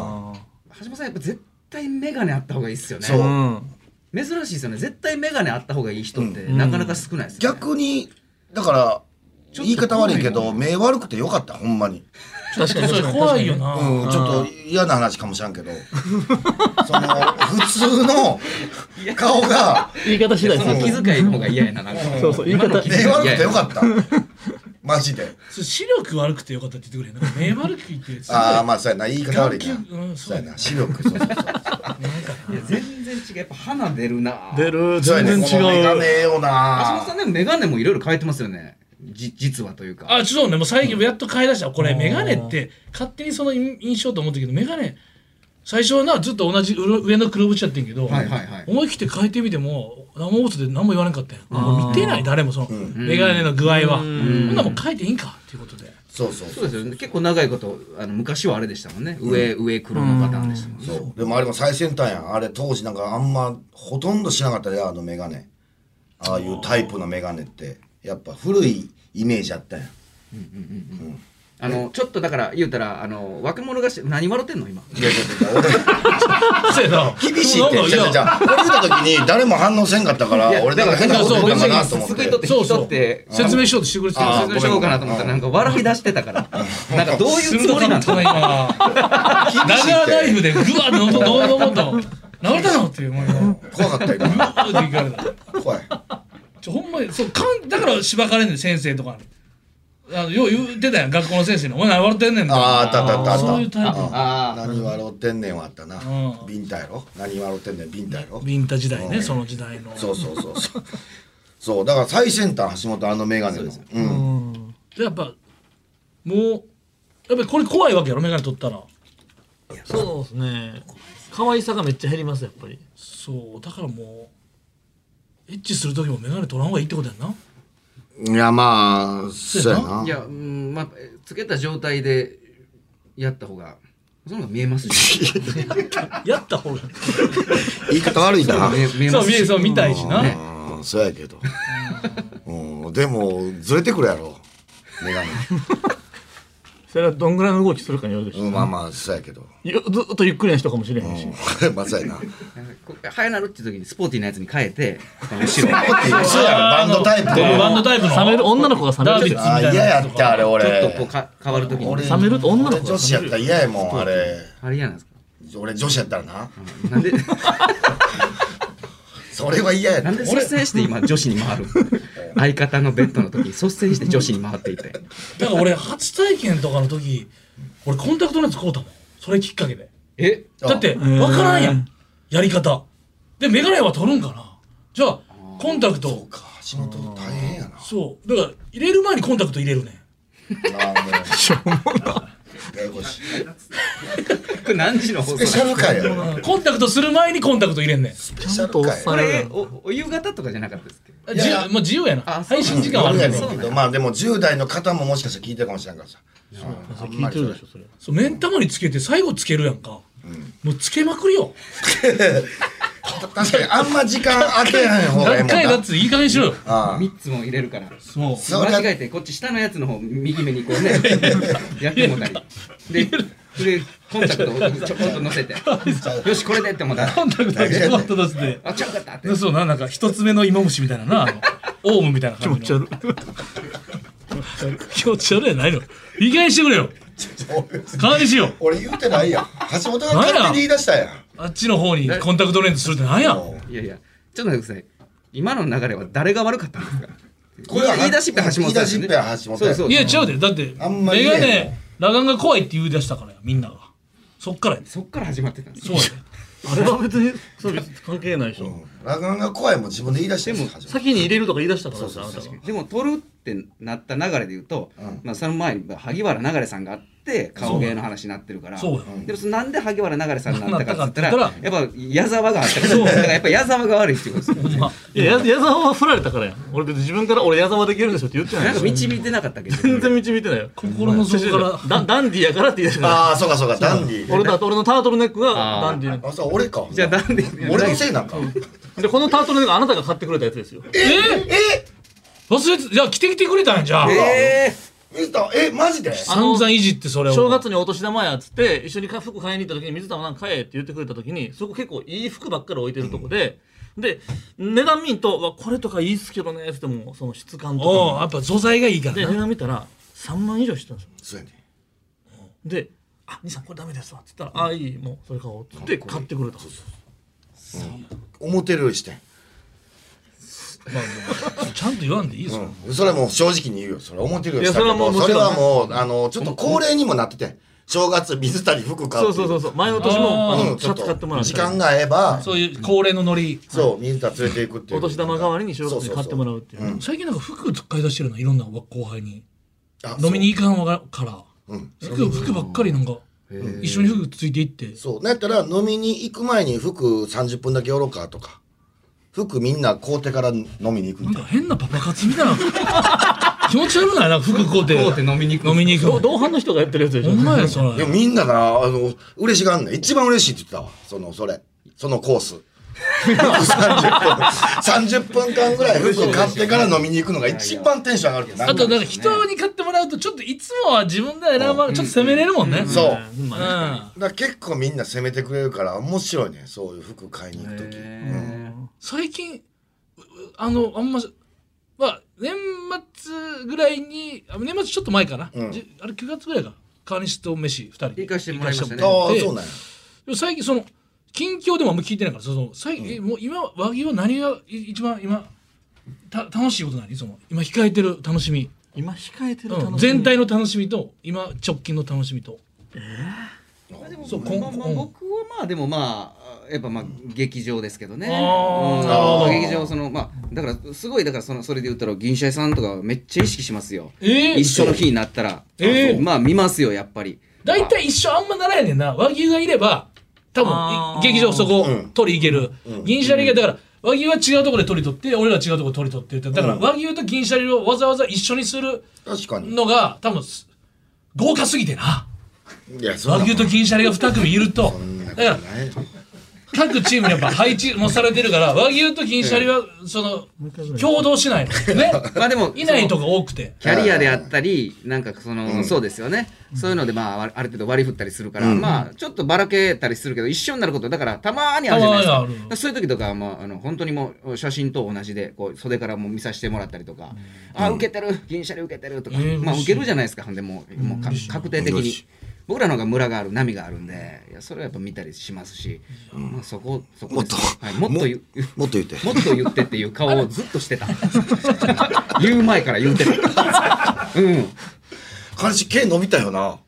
[SPEAKER 2] 本さんやっぱ絶対メガネあった方がいいっすよね
[SPEAKER 4] そう
[SPEAKER 5] うん
[SPEAKER 2] 珍しいですよね絶対メガネあった方がいい人ってなかなか少ないですよね
[SPEAKER 4] 逆にだから
[SPEAKER 2] ちょっと
[SPEAKER 4] 言い方悪いけど目悪くてよかったほんまに
[SPEAKER 5] 確かに
[SPEAKER 3] そ
[SPEAKER 5] 確
[SPEAKER 3] れ
[SPEAKER 5] かに
[SPEAKER 3] 怖いよな、
[SPEAKER 4] うんちょっと嫌な話かもしらんけ *laughs* どその普通の顔が
[SPEAKER 5] 言い方次第
[SPEAKER 2] そ
[SPEAKER 5] で
[SPEAKER 2] の
[SPEAKER 5] すよ
[SPEAKER 2] 気遣いの方が嫌やななんか
[SPEAKER 5] そうそう言い方
[SPEAKER 4] 目悪くてよか *laughs* ったマジで
[SPEAKER 3] それ視力悪くてよかったって言ってくれなんか目悪くいてすごい
[SPEAKER 4] ああまあそうやな言い方悪いな
[SPEAKER 3] 眼球うん
[SPEAKER 4] そ
[SPEAKER 3] そう
[SPEAKER 4] う
[SPEAKER 3] や
[SPEAKER 4] や
[SPEAKER 3] な
[SPEAKER 4] な視力そうそうそう
[SPEAKER 2] いや全然違うやっぱ鼻出るな
[SPEAKER 5] 出る
[SPEAKER 4] そうや
[SPEAKER 5] 全
[SPEAKER 4] ね
[SPEAKER 5] 然
[SPEAKER 4] このメガ
[SPEAKER 5] 違う
[SPEAKER 4] ネよ
[SPEAKER 2] 橋本
[SPEAKER 4] な
[SPEAKER 2] さ
[SPEAKER 4] ん
[SPEAKER 2] でもメガネもいろいろ変えてますよねじ実はというか
[SPEAKER 3] あちょっとねもう最近やっと買い出したこれメガネって勝手にその印印象と思ったけどメガネ最初はなずっと同じうろ上の黒縁やってんけど、
[SPEAKER 2] はいはいはい
[SPEAKER 3] 思い切って変えてみても生放送で何も言わなかったやんもう見てない誰もその、メガネの具合はこんなもん変えていいんかっていうことで
[SPEAKER 4] そうそう
[SPEAKER 2] そ
[SPEAKER 4] そう
[SPEAKER 2] ですよね結構長いことあの昔はあれでしたもんね上、上黒のパターンでしたもんね
[SPEAKER 4] うでもあれも最先端やんあれ当時なんかあんまほとんどしなかったであのメガネああいうタイプのメガネってやっぱ古いイメージあったやん
[SPEAKER 2] あのちょっとだから言うたらあの若者がし何笑ってんの今
[SPEAKER 4] いやいやいや俺
[SPEAKER 3] そうやな
[SPEAKER 4] 厳しいって
[SPEAKER 3] な
[SPEAKER 4] じゃあじゃあ俺言った時に誰も反応せんかったから
[SPEAKER 2] いや
[SPEAKER 4] 俺だから変なこと言ったかなと思っ
[SPEAKER 2] す
[SPEAKER 4] て
[SPEAKER 2] くいとって
[SPEAKER 3] そう
[SPEAKER 2] 人
[SPEAKER 3] そ
[SPEAKER 2] と
[SPEAKER 3] う
[SPEAKER 2] って
[SPEAKER 3] 説明しようとしてくれて
[SPEAKER 4] あ
[SPEAKER 3] た
[SPEAKER 4] ー
[SPEAKER 2] 説明しようかなと思ったらなんか笑い出してたからなんかどういうつもりなん
[SPEAKER 3] ただ
[SPEAKER 2] だ
[SPEAKER 3] 今長ナイフでぐわっとのどのどのど治ったのっていうも
[SPEAKER 2] *laughs*
[SPEAKER 3] う今
[SPEAKER 4] 怖かったよ今
[SPEAKER 3] あーっていかれた
[SPEAKER 4] 怖い
[SPEAKER 3] ちょほんまにそうかんだからしばかれんねん先生とかにあのよう言ってたやん学校の先生に「お前何笑ってんねん」みたいな
[SPEAKER 4] あーあったあったあったあった
[SPEAKER 3] そういうタイプ
[SPEAKER 2] あ
[SPEAKER 4] 何笑ってんねんはあったな
[SPEAKER 3] うん
[SPEAKER 4] ビンタやろ何笑ってんねんビンタやろ
[SPEAKER 3] ビンタ時代
[SPEAKER 4] う
[SPEAKER 3] ね
[SPEAKER 4] ん
[SPEAKER 3] その時代の
[SPEAKER 4] そうそうそうそうそうだから最先端橋本あの眼鏡のうん
[SPEAKER 3] でやっぱもうやっぱりこれ怖いわけやろ眼鏡取ったら
[SPEAKER 5] そうですね可愛さがめっちゃ減りますやっぱり
[SPEAKER 3] そうだからもうエッチする時も眼鏡取らん方がいいってことやんない
[SPEAKER 4] やまあそうや
[SPEAKER 2] あ
[SPEAKER 4] ない
[SPEAKER 2] やうんまあつけた状態でやった方がその方が見え *laughs* ますし
[SPEAKER 3] やった方が
[SPEAKER 4] 言い方悪いな
[SPEAKER 2] 見え見え
[SPEAKER 3] そ
[SPEAKER 2] ま
[SPEAKER 3] う
[SPEAKER 2] す
[SPEAKER 3] 見え
[SPEAKER 2] し
[SPEAKER 3] そう見たいしな、
[SPEAKER 4] うんそうやけどうんでもずれてくるやろ眼鏡
[SPEAKER 5] それはどんぐらいの動きするかによるでしょ、
[SPEAKER 4] うんま *laughs* あまあそうやけど
[SPEAKER 5] ゆずっとゆっくりな人かもしれへんし、
[SPEAKER 4] うんまあそうやな
[SPEAKER 2] これ早なるって時にスポーティーなやつに変
[SPEAKER 4] *laughs*
[SPEAKER 2] えて後ろ
[SPEAKER 4] そうやバンドタイプ
[SPEAKER 3] でもバンドタイプの
[SPEAKER 5] 冷める女の子が冷める
[SPEAKER 3] ダービッツ
[SPEAKER 4] あ嫌やってあれ俺
[SPEAKER 2] ちょっとこうか変わる時に
[SPEAKER 4] 俺
[SPEAKER 5] 冷めると女の子が冷める
[SPEAKER 4] 女子やったら嫌やもんあれ
[SPEAKER 2] あれ嫌なんですか
[SPEAKER 4] 俺女子やったらな
[SPEAKER 2] な
[SPEAKER 4] *laughs*
[SPEAKER 2] んで
[SPEAKER 4] それは嫌や
[SPEAKER 2] な
[SPEAKER 4] っ
[SPEAKER 2] んで率先して今女子に回る相方のベッドの時に率先して女子に回っていて
[SPEAKER 3] だから俺初体験とかの時俺コンタクトレンズ買うたもんそれきっかけで
[SPEAKER 2] え
[SPEAKER 4] あ
[SPEAKER 3] だって分からんやんやり方で眼鏡は取るんかなじゃあコンタクト
[SPEAKER 4] 橋本大変やな
[SPEAKER 3] そうだから入れる前にコンタクト入れるねん
[SPEAKER 4] あもうしょうもなややこしい
[SPEAKER 2] これ何時の放
[SPEAKER 4] ス
[SPEAKER 2] 送
[SPEAKER 4] ペシャル回やろ
[SPEAKER 3] コンタクトする前にコンタクト入れんねん
[SPEAKER 4] スペ
[SPEAKER 5] ち
[SPEAKER 4] シ
[SPEAKER 5] ゃ
[SPEAKER 4] ャ
[SPEAKER 5] んと
[SPEAKER 4] ル
[SPEAKER 5] おっ
[SPEAKER 4] 回
[SPEAKER 5] さ
[SPEAKER 2] こ
[SPEAKER 5] んや
[SPEAKER 2] れ
[SPEAKER 5] な
[SPEAKER 2] おお夕方とかじゃなかったですけど
[SPEAKER 3] 自由もう自由やな
[SPEAKER 2] あそう
[SPEAKER 3] 配信時間はあ
[SPEAKER 4] 夜
[SPEAKER 3] るけ
[SPEAKER 4] や
[SPEAKER 3] ど
[SPEAKER 4] ねんけどまあでも10代の方ももしかしたら聞いてるかもしれんからさ
[SPEAKER 5] 聞いてるでしょそれ
[SPEAKER 3] そう目ん玉につけて最後つけるやんか、もうつけまくりよ
[SPEAKER 4] た確かにあんま時間空けへん方がええ
[SPEAKER 3] 何
[SPEAKER 4] もん
[SPEAKER 3] 回
[SPEAKER 4] な
[SPEAKER 3] だっつっていい加減しろよ
[SPEAKER 4] ああ
[SPEAKER 2] 3つも入れるから
[SPEAKER 3] そう
[SPEAKER 4] それは
[SPEAKER 2] 間違えてこっち下のやつの方右目にこ
[SPEAKER 4] *laughs*
[SPEAKER 2] うねやってもうたりででコンタクトをちょこんと乗せて
[SPEAKER 4] *laughs*
[SPEAKER 2] よしこれでって思ったら
[SPEAKER 3] *laughs* コンタクトでコンタクト出すで
[SPEAKER 2] あちゃうかったって
[SPEAKER 3] そうななんか一つ目の芋虫みたいな *laughs* なあのオウムみたいな
[SPEAKER 5] 気
[SPEAKER 3] 感
[SPEAKER 5] 持
[SPEAKER 3] じ
[SPEAKER 5] ち
[SPEAKER 3] の
[SPEAKER 5] 悪い
[SPEAKER 3] 気持ち悪いやないの意外にしてくれよ代わりにしよう
[SPEAKER 4] 俺言うてないやん橋本が勝手に言い出したやん
[SPEAKER 3] あっちの方にコンタクトレンズするってなんや
[SPEAKER 4] も
[SPEAKER 2] いやいやちょっと待ってください今の流れは誰が悪かったんですか
[SPEAKER 4] *laughs* これは
[SPEAKER 2] 言い出しっぺ橋本さんです
[SPEAKER 4] 言い出し
[SPEAKER 2] ね
[SPEAKER 4] っぺ橋本
[SPEAKER 2] そうそう
[SPEAKER 3] いや違うでだって
[SPEAKER 4] あんまり
[SPEAKER 3] メ
[SPEAKER 4] 言え
[SPEAKER 3] ガ
[SPEAKER 4] へん
[SPEAKER 3] ネ裸眼が怖いって言い出したからやみんながそっからや
[SPEAKER 2] そっから始まってたんです
[SPEAKER 3] そ
[SPEAKER 2] よ
[SPEAKER 3] うや
[SPEAKER 5] あれは別にそう別に関係ないでしょ、
[SPEAKER 4] うラガンが怖いもん自分で言い出してるんですよ
[SPEAKER 5] 先に入れるとか言い出したからですあなたが
[SPEAKER 2] でも取るってなった流れで言うと、まあ、その前に萩原流さんがあって顔芸の話になってるから
[SPEAKER 3] そうや
[SPEAKER 2] でもそのなんで萩原流さんになったかって言っ
[SPEAKER 3] な
[SPEAKER 2] たら
[SPEAKER 3] ったかって
[SPEAKER 2] やっぱ矢沢があったからだからやっぱ矢沢が悪いっていうことですよ
[SPEAKER 3] ほんま
[SPEAKER 5] いやや矢沢は振られたからやん俺別に自分から俺矢沢できるんでしょって言ってない
[SPEAKER 2] なん
[SPEAKER 5] で
[SPEAKER 2] か
[SPEAKER 5] しょ
[SPEAKER 2] 導いてなかったっけど
[SPEAKER 5] 全然導いてないよ
[SPEAKER 3] 心の底
[SPEAKER 5] *laughs*
[SPEAKER 3] から
[SPEAKER 5] ダダンディやからって言い出した
[SPEAKER 4] ああそうかそうかダンディ
[SPEAKER 5] *laughs* 俺だ俺のタートルネックが
[SPEAKER 2] あー
[SPEAKER 5] ダンディ
[SPEAKER 4] あそう俺か
[SPEAKER 2] じゃあなんで
[SPEAKER 4] 俺のせいなんか
[SPEAKER 5] でこのタートルネックあなたが買ってくれたやつですよ
[SPEAKER 3] え忘れてじゃあ着てきてくれたんやじゃあ
[SPEAKER 2] え
[SPEAKER 4] 水田えマジで
[SPEAKER 5] あの
[SPEAKER 3] 散々いじってそれを
[SPEAKER 5] 正月にお年玉やっつって一緒に服買いに行った時に水田もなんか買えって言ってくれた時にそこ結構いい服ばっかり置いてるとこで、で値段見んとわこれとかいいっすけどねっつってもその質感とか
[SPEAKER 3] おう
[SPEAKER 5] も
[SPEAKER 3] やっぱ素材がいいか
[SPEAKER 5] で
[SPEAKER 3] ら
[SPEAKER 5] 値
[SPEAKER 3] な
[SPEAKER 5] 段見たら3万以上してたんですよ
[SPEAKER 4] そうやね
[SPEAKER 5] で「あ兄さんこれダメですわ」っつったら「あいいもうそれ買おう」っつって買ってくれた
[SPEAKER 4] 思ってるよりしてん
[SPEAKER 3] ちゃんと言わんでいいですよ
[SPEAKER 4] うんそれはもう正直に言うよそれは思ってるよりしたけ
[SPEAKER 5] いやそれは
[SPEAKER 4] ど
[SPEAKER 5] もう
[SPEAKER 4] それは
[SPEAKER 5] もち
[SPEAKER 4] もうあのちょっと恒例にもなってて正月水田に服買うっ
[SPEAKER 5] そう
[SPEAKER 4] てい
[SPEAKER 5] そうそうそう前の年もあ
[SPEAKER 3] あー
[SPEAKER 5] の
[SPEAKER 4] うん
[SPEAKER 5] シ
[SPEAKER 4] ちょ
[SPEAKER 5] ャ
[SPEAKER 4] っ
[SPEAKER 5] ツ買っても
[SPEAKER 4] と
[SPEAKER 5] らっ
[SPEAKER 4] 時
[SPEAKER 5] た
[SPEAKER 4] 間
[SPEAKER 5] り
[SPEAKER 4] が合えば
[SPEAKER 3] そういう恒例のノリ
[SPEAKER 4] そう水田連れていくっていう
[SPEAKER 5] お年玉代わりに正月に買ってもらうっていう
[SPEAKER 4] そうそう
[SPEAKER 3] 最近なんか服買い出してるないろんな後輩に
[SPEAKER 4] そううんあ
[SPEAKER 3] 飲みに行かんわから
[SPEAKER 4] そううん
[SPEAKER 3] 服服ばっかりなんか一緒に服ついていって
[SPEAKER 4] そうなんやったら飲みに行く前に服30分だけ寄ろうかとか服みんな買うてから飲みに行く
[SPEAKER 3] なん
[SPEAKER 4] みた
[SPEAKER 3] か
[SPEAKER 4] いな
[SPEAKER 3] 変なパパ活みたいな *laughs* 気持ち悪ないなんか服買うて
[SPEAKER 2] ー、って飲みに行く
[SPEAKER 3] 飲みに行
[SPEAKER 5] 同
[SPEAKER 3] くの
[SPEAKER 5] 同伴の人がやってるやつでし
[SPEAKER 3] ほ
[SPEAKER 5] ょ
[SPEAKER 3] んまやそ
[SPEAKER 4] で
[SPEAKER 3] れ
[SPEAKER 4] もみんながあの嬉しがんねん一番嬉しいって言ってたわそのそれそのコース *laughs* 30, 分30分間ぐらい服買ってから飲みに行くのが一番テンション上がるって
[SPEAKER 3] あとなんか
[SPEAKER 4] ね
[SPEAKER 3] 人に買ってもらううとちょっといつもは自分で選ばれちょっと攻めれるもんね、うん、
[SPEAKER 4] そう
[SPEAKER 3] う
[SPEAKER 4] だか
[SPEAKER 5] うんまあね
[SPEAKER 3] ん
[SPEAKER 4] ら結構みんな攻めてくれるから面白いねそういう服買いに行く時
[SPEAKER 2] え
[SPEAKER 3] 最近うあのあんままあ年末ぐらいにあ年末ちょっと前かな、
[SPEAKER 4] うん
[SPEAKER 3] じあれ9月ぐらいか川西と飯2人で
[SPEAKER 2] 行かしてもらいましたね
[SPEAKER 4] ああ
[SPEAKER 3] で
[SPEAKER 4] そうなんや
[SPEAKER 3] でも最近その近況でもあんま聞いてないからその最近、えもう今和牛は何がい一番今た楽しいこと何その今控えてる楽しみ
[SPEAKER 5] 今控えてる
[SPEAKER 3] うん
[SPEAKER 5] 楽しみ
[SPEAKER 3] 全体の楽しみと今直近の楽しみとそうこん
[SPEAKER 2] まあまあ
[SPEAKER 3] うん
[SPEAKER 2] 僕はまあでもまあやっぱまあ劇場ですけどね、
[SPEAKER 3] あー
[SPEAKER 2] うん
[SPEAKER 3] なるほど
[SPEAKER 2] 劇場そのまあだからすごいだからそのそれで言ったら銀シャイさんとかめっちゃ意識しますよ、
[SPEAKER 3] えー
[SPEAKER 2] 一緒の日になったら、
[SPEAKER 3] えー
[SPEAKER 2] まあ見ますよやっぱり
[SPEAKER 3] 大体一緒あんまならんやねんな和牛がいれば多
[SPEAKER 5] あ
[SPEAKER 3] 分
[SPEAKER 5] ー
[SPEAKER 3] い劇場そこ
[SPEAKER 4] うん
[SPEAKER 3] 取り行ける、銀シャリがだから和牛は違うところで取り取って俺らは違うところで取り取ってってだから
[SPEAKER 4] うん
[SPEAKER 3] 和牛と銀シャリをわざわざ一緒にする
[SPEAKER 4] 確かに
[SPEAKER 3] のが多分す豪華すぎてない
[SPEAKER 4] やそ
[SPEAKER 3] 和
[SPEAKER 4] んな
[SPEAKER 3] 牛と銀シャリが2組いるとだ
[SPEAKER 4] そんな
[SPEAKER 3] から
[SPEAKER 4] ことない
[SPEAKER 3] 各チームにやっぱ配置もされてるから和牛と銀シャリはその共同しないの
[SPEAKER 4] *laughs*
[SPEAKER 3] ね
[SPEAKER 2] まあでも
[SPEAKER 3] いないと
[SPEAKER 2] その
[SPEAKER 3] が多くて
[SPEAKER 2] キャリアであったりなんかその、
[SPEAKER 4] うん
[SPEAKER 2] そうですよねそういうのでまああるある程度割り振ったりするから、
[SPEAKER 4] うん
[SPEAKER 2] まあちょっとばらけたりするけど一緒になることだからたまーにあるじゃないです
[SPEAKER 3] たま
[SPEAKER 2] か
[SPEAKER 3] ーにある
[SPEAKER 2] だからそういう時とかはもうあの本当にもう写真と同じでこう袖からもう見させてもらったりとか、あ受けてる銀シャリ受けてるとか、
[SPEAKER 3] えー
[SPEAKER 2] ま
[SPEAKER 3] 嬉
[SPEAKER 2] あ
[SPEAKER 3] しい
[SPEAKER 2] 受けるじゃないですかほんでもう,、もうか確定的
[SPEAKER 4] 嬉
[SPEAKER 2] に
[SPEAKER 4] しい。
[SPEAKER 2] 僕らの方が村がある波があるんでいやそれはやっぱ見たりしますし、まあ、そこそこ
[SPEAKER 4] もっ
[SPEAKER 2] です
[SPEAKER 4] と
[SPEAKER 2] はい、もっと言う
[SPEAKER 4] もっと言って
[SPEAKER 2] もっと言ってっていう顔をずっとしてた。 *laughs* 言う前から言ってた。うん。
[SPEAKER 4] 彼氏 K 飲みたいよな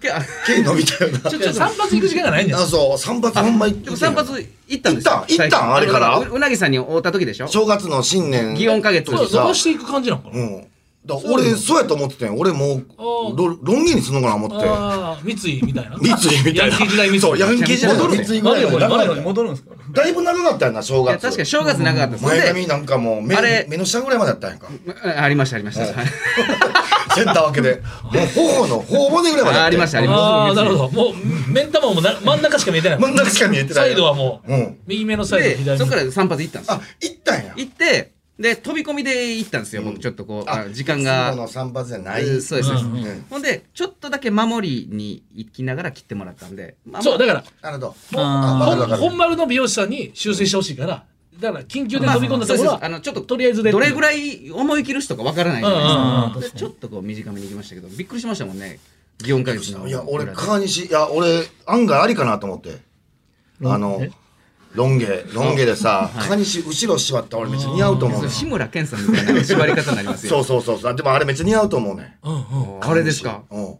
[SPEAKER 2] けあ
[SPEAKER 4] K 飲みたいよな
[SPEAKER 3] ちょっと散髪行く時間がないんじゃ
[SPEAKER 4] あ
[SPEAKER 3] ない
[SPEAKER 4] そう散髪ほんま行っ
[SPEAKER 2] で
[SPEAKER 4] て
[SPEAKER 2] も散髪行ったんです
[SPEAKER 4] 行ったん行ったん
[SPEAKER 2] 最初
[SPEAKER 4] あれから
[SPEAKER 2] ううなぎさんに会うた時でしょ
[SPEAKER 4] 正月の新年
[SPEAKER 2] 祇園か月。
[SPEAKER 3] そう
[SPEAKER 4] そ
[SPEAKER 3] 伸ばしていく感じなのか
[SPEAKER 4] う
[SPEAKER 3] なん
[SPEAKER 4] だから俺そうやと思ってたんよ俺もう
[SPEAKER 3] あー
[SPEAKER 4] ロロン毛にすんのかな思って
[SPEAKER 3] ああ三井みたいな
[SPEAKER 4] 三井みた
[SPEAKER 3] ヤ
[SPEAKER 4] いな
[SPEAKER 3] ンキー時代三井
[SPEAKER 4] そうヤンキー時代の
[SPEAKER 2] 戻る
[SPEAKER 4] 三井ぐら
[SPEAKER 3] 丸山
[SPEAKER 4] いまで
[SPEAKER 3] 丸山
[SPEAKER 7] 戻るんですか
[SPEAKER 4] だいぶ長かったよな正
[SPEAKER 2] いや
[SPEAKER 4] 月
[SPEAKER 2] 確かに正月長かったです。
[SPEAKER 4] 前
[SPEAKER 2] で
[SPEAKER 4] 髪なんかもう目
[SPEAKER 2] あれ
[SPEAKER 4] 目の下ぐらいまであったんやんか *laughs*
[SPEAKER 2] あありましたありました。はい
[SPEAKER 4] センター分けでもう頬の頬骨ぐらいまで
[SPEAKER 2] *laughs* あありましたありました。
[SPEAKER 3] ああなるほどもう目ん玉もな真ん中しか見えてない
[SPEAKER 4] 真ん中しか見えてな
[SPEAKER 3] サ
[SPEAKER 4] い
[SPEAKER 3] イドはもう、
[SPEAKER 4] うん
[SPEAKER 3] 右目のサイド
[SPEAKER 2] で
[SPEAKER 3] 左
[SPEAKER 2] そこ
[SPEAKER 3] 目
[SPEAKER 2] から散髪行ったんですよ
[SPEAKER 4] あ。行ったんや
[SPEAKER 2] 行ってで飛び込みで行ったんですよ。僕ちょっとこうあ時間
[SPEAKER 4] いつも
[SPEAKER 2] が
[SPEAKER 4] の散髪じゃない
[SPEAKER 2] うんそうですそうです
[SPEAKER 3] うんうん
[SPEAKER 4] うん
[SPEAKER 2] ほんでちょっとだけ守りに行きながら切ってもらったんで。まあ
[SPEAKER 3] そうだから
[SPEAKER 4] なるほど
[SPEAKER 5] あ
[SPEAKER 4] わかる
[SPEAKER 3] ほ
[SPEAKER 4] わ
[SPEAKER 3] ん
[SPEAKER 4] かる
[SPEAKER 3] 本丸の美容師さんに修正してほしいからだから緊急で
[SPEAKER 2] まあ
[SPEAKER 3] 飛び込んだとこ
[SPEAKER 2] そう
[SPEAKER 3] ろ
[SPEAKER 2] です
[SPEAKER 3] は
[SPEAKER 2] あのちょっと
[SPEAKER 3] とりあえずで
[SPEAKER 2] どれぐらい思い切る人かわからないじゃないですか、でちょっとこう短めに行きましたけどびっくりしましたもんね祇園か月の
[SPEAKER 4] いや俺
[SPEAKER 2] 裏で
[SPEAKER 4] 川西いや俺案外ありかなと思ってあのロン毛ロン毛でさ川西後ろ縛ったら俺めっちゃ似合うと思う
[SPEAKER 2] そ
[SPEAKER 4] ね
[SPEAKER 2] うん志村けんさんみたいな縛り方になります
[SPEAKER 4] そ
[SPEAKER 2] よ
[SPEAKER 4] うそうそうそうでもあれめっちゃ似合うと思うね
[SPEAKER 3] うんうん
[SPEAKER 2] あれですか
[SPEAKER 4] うん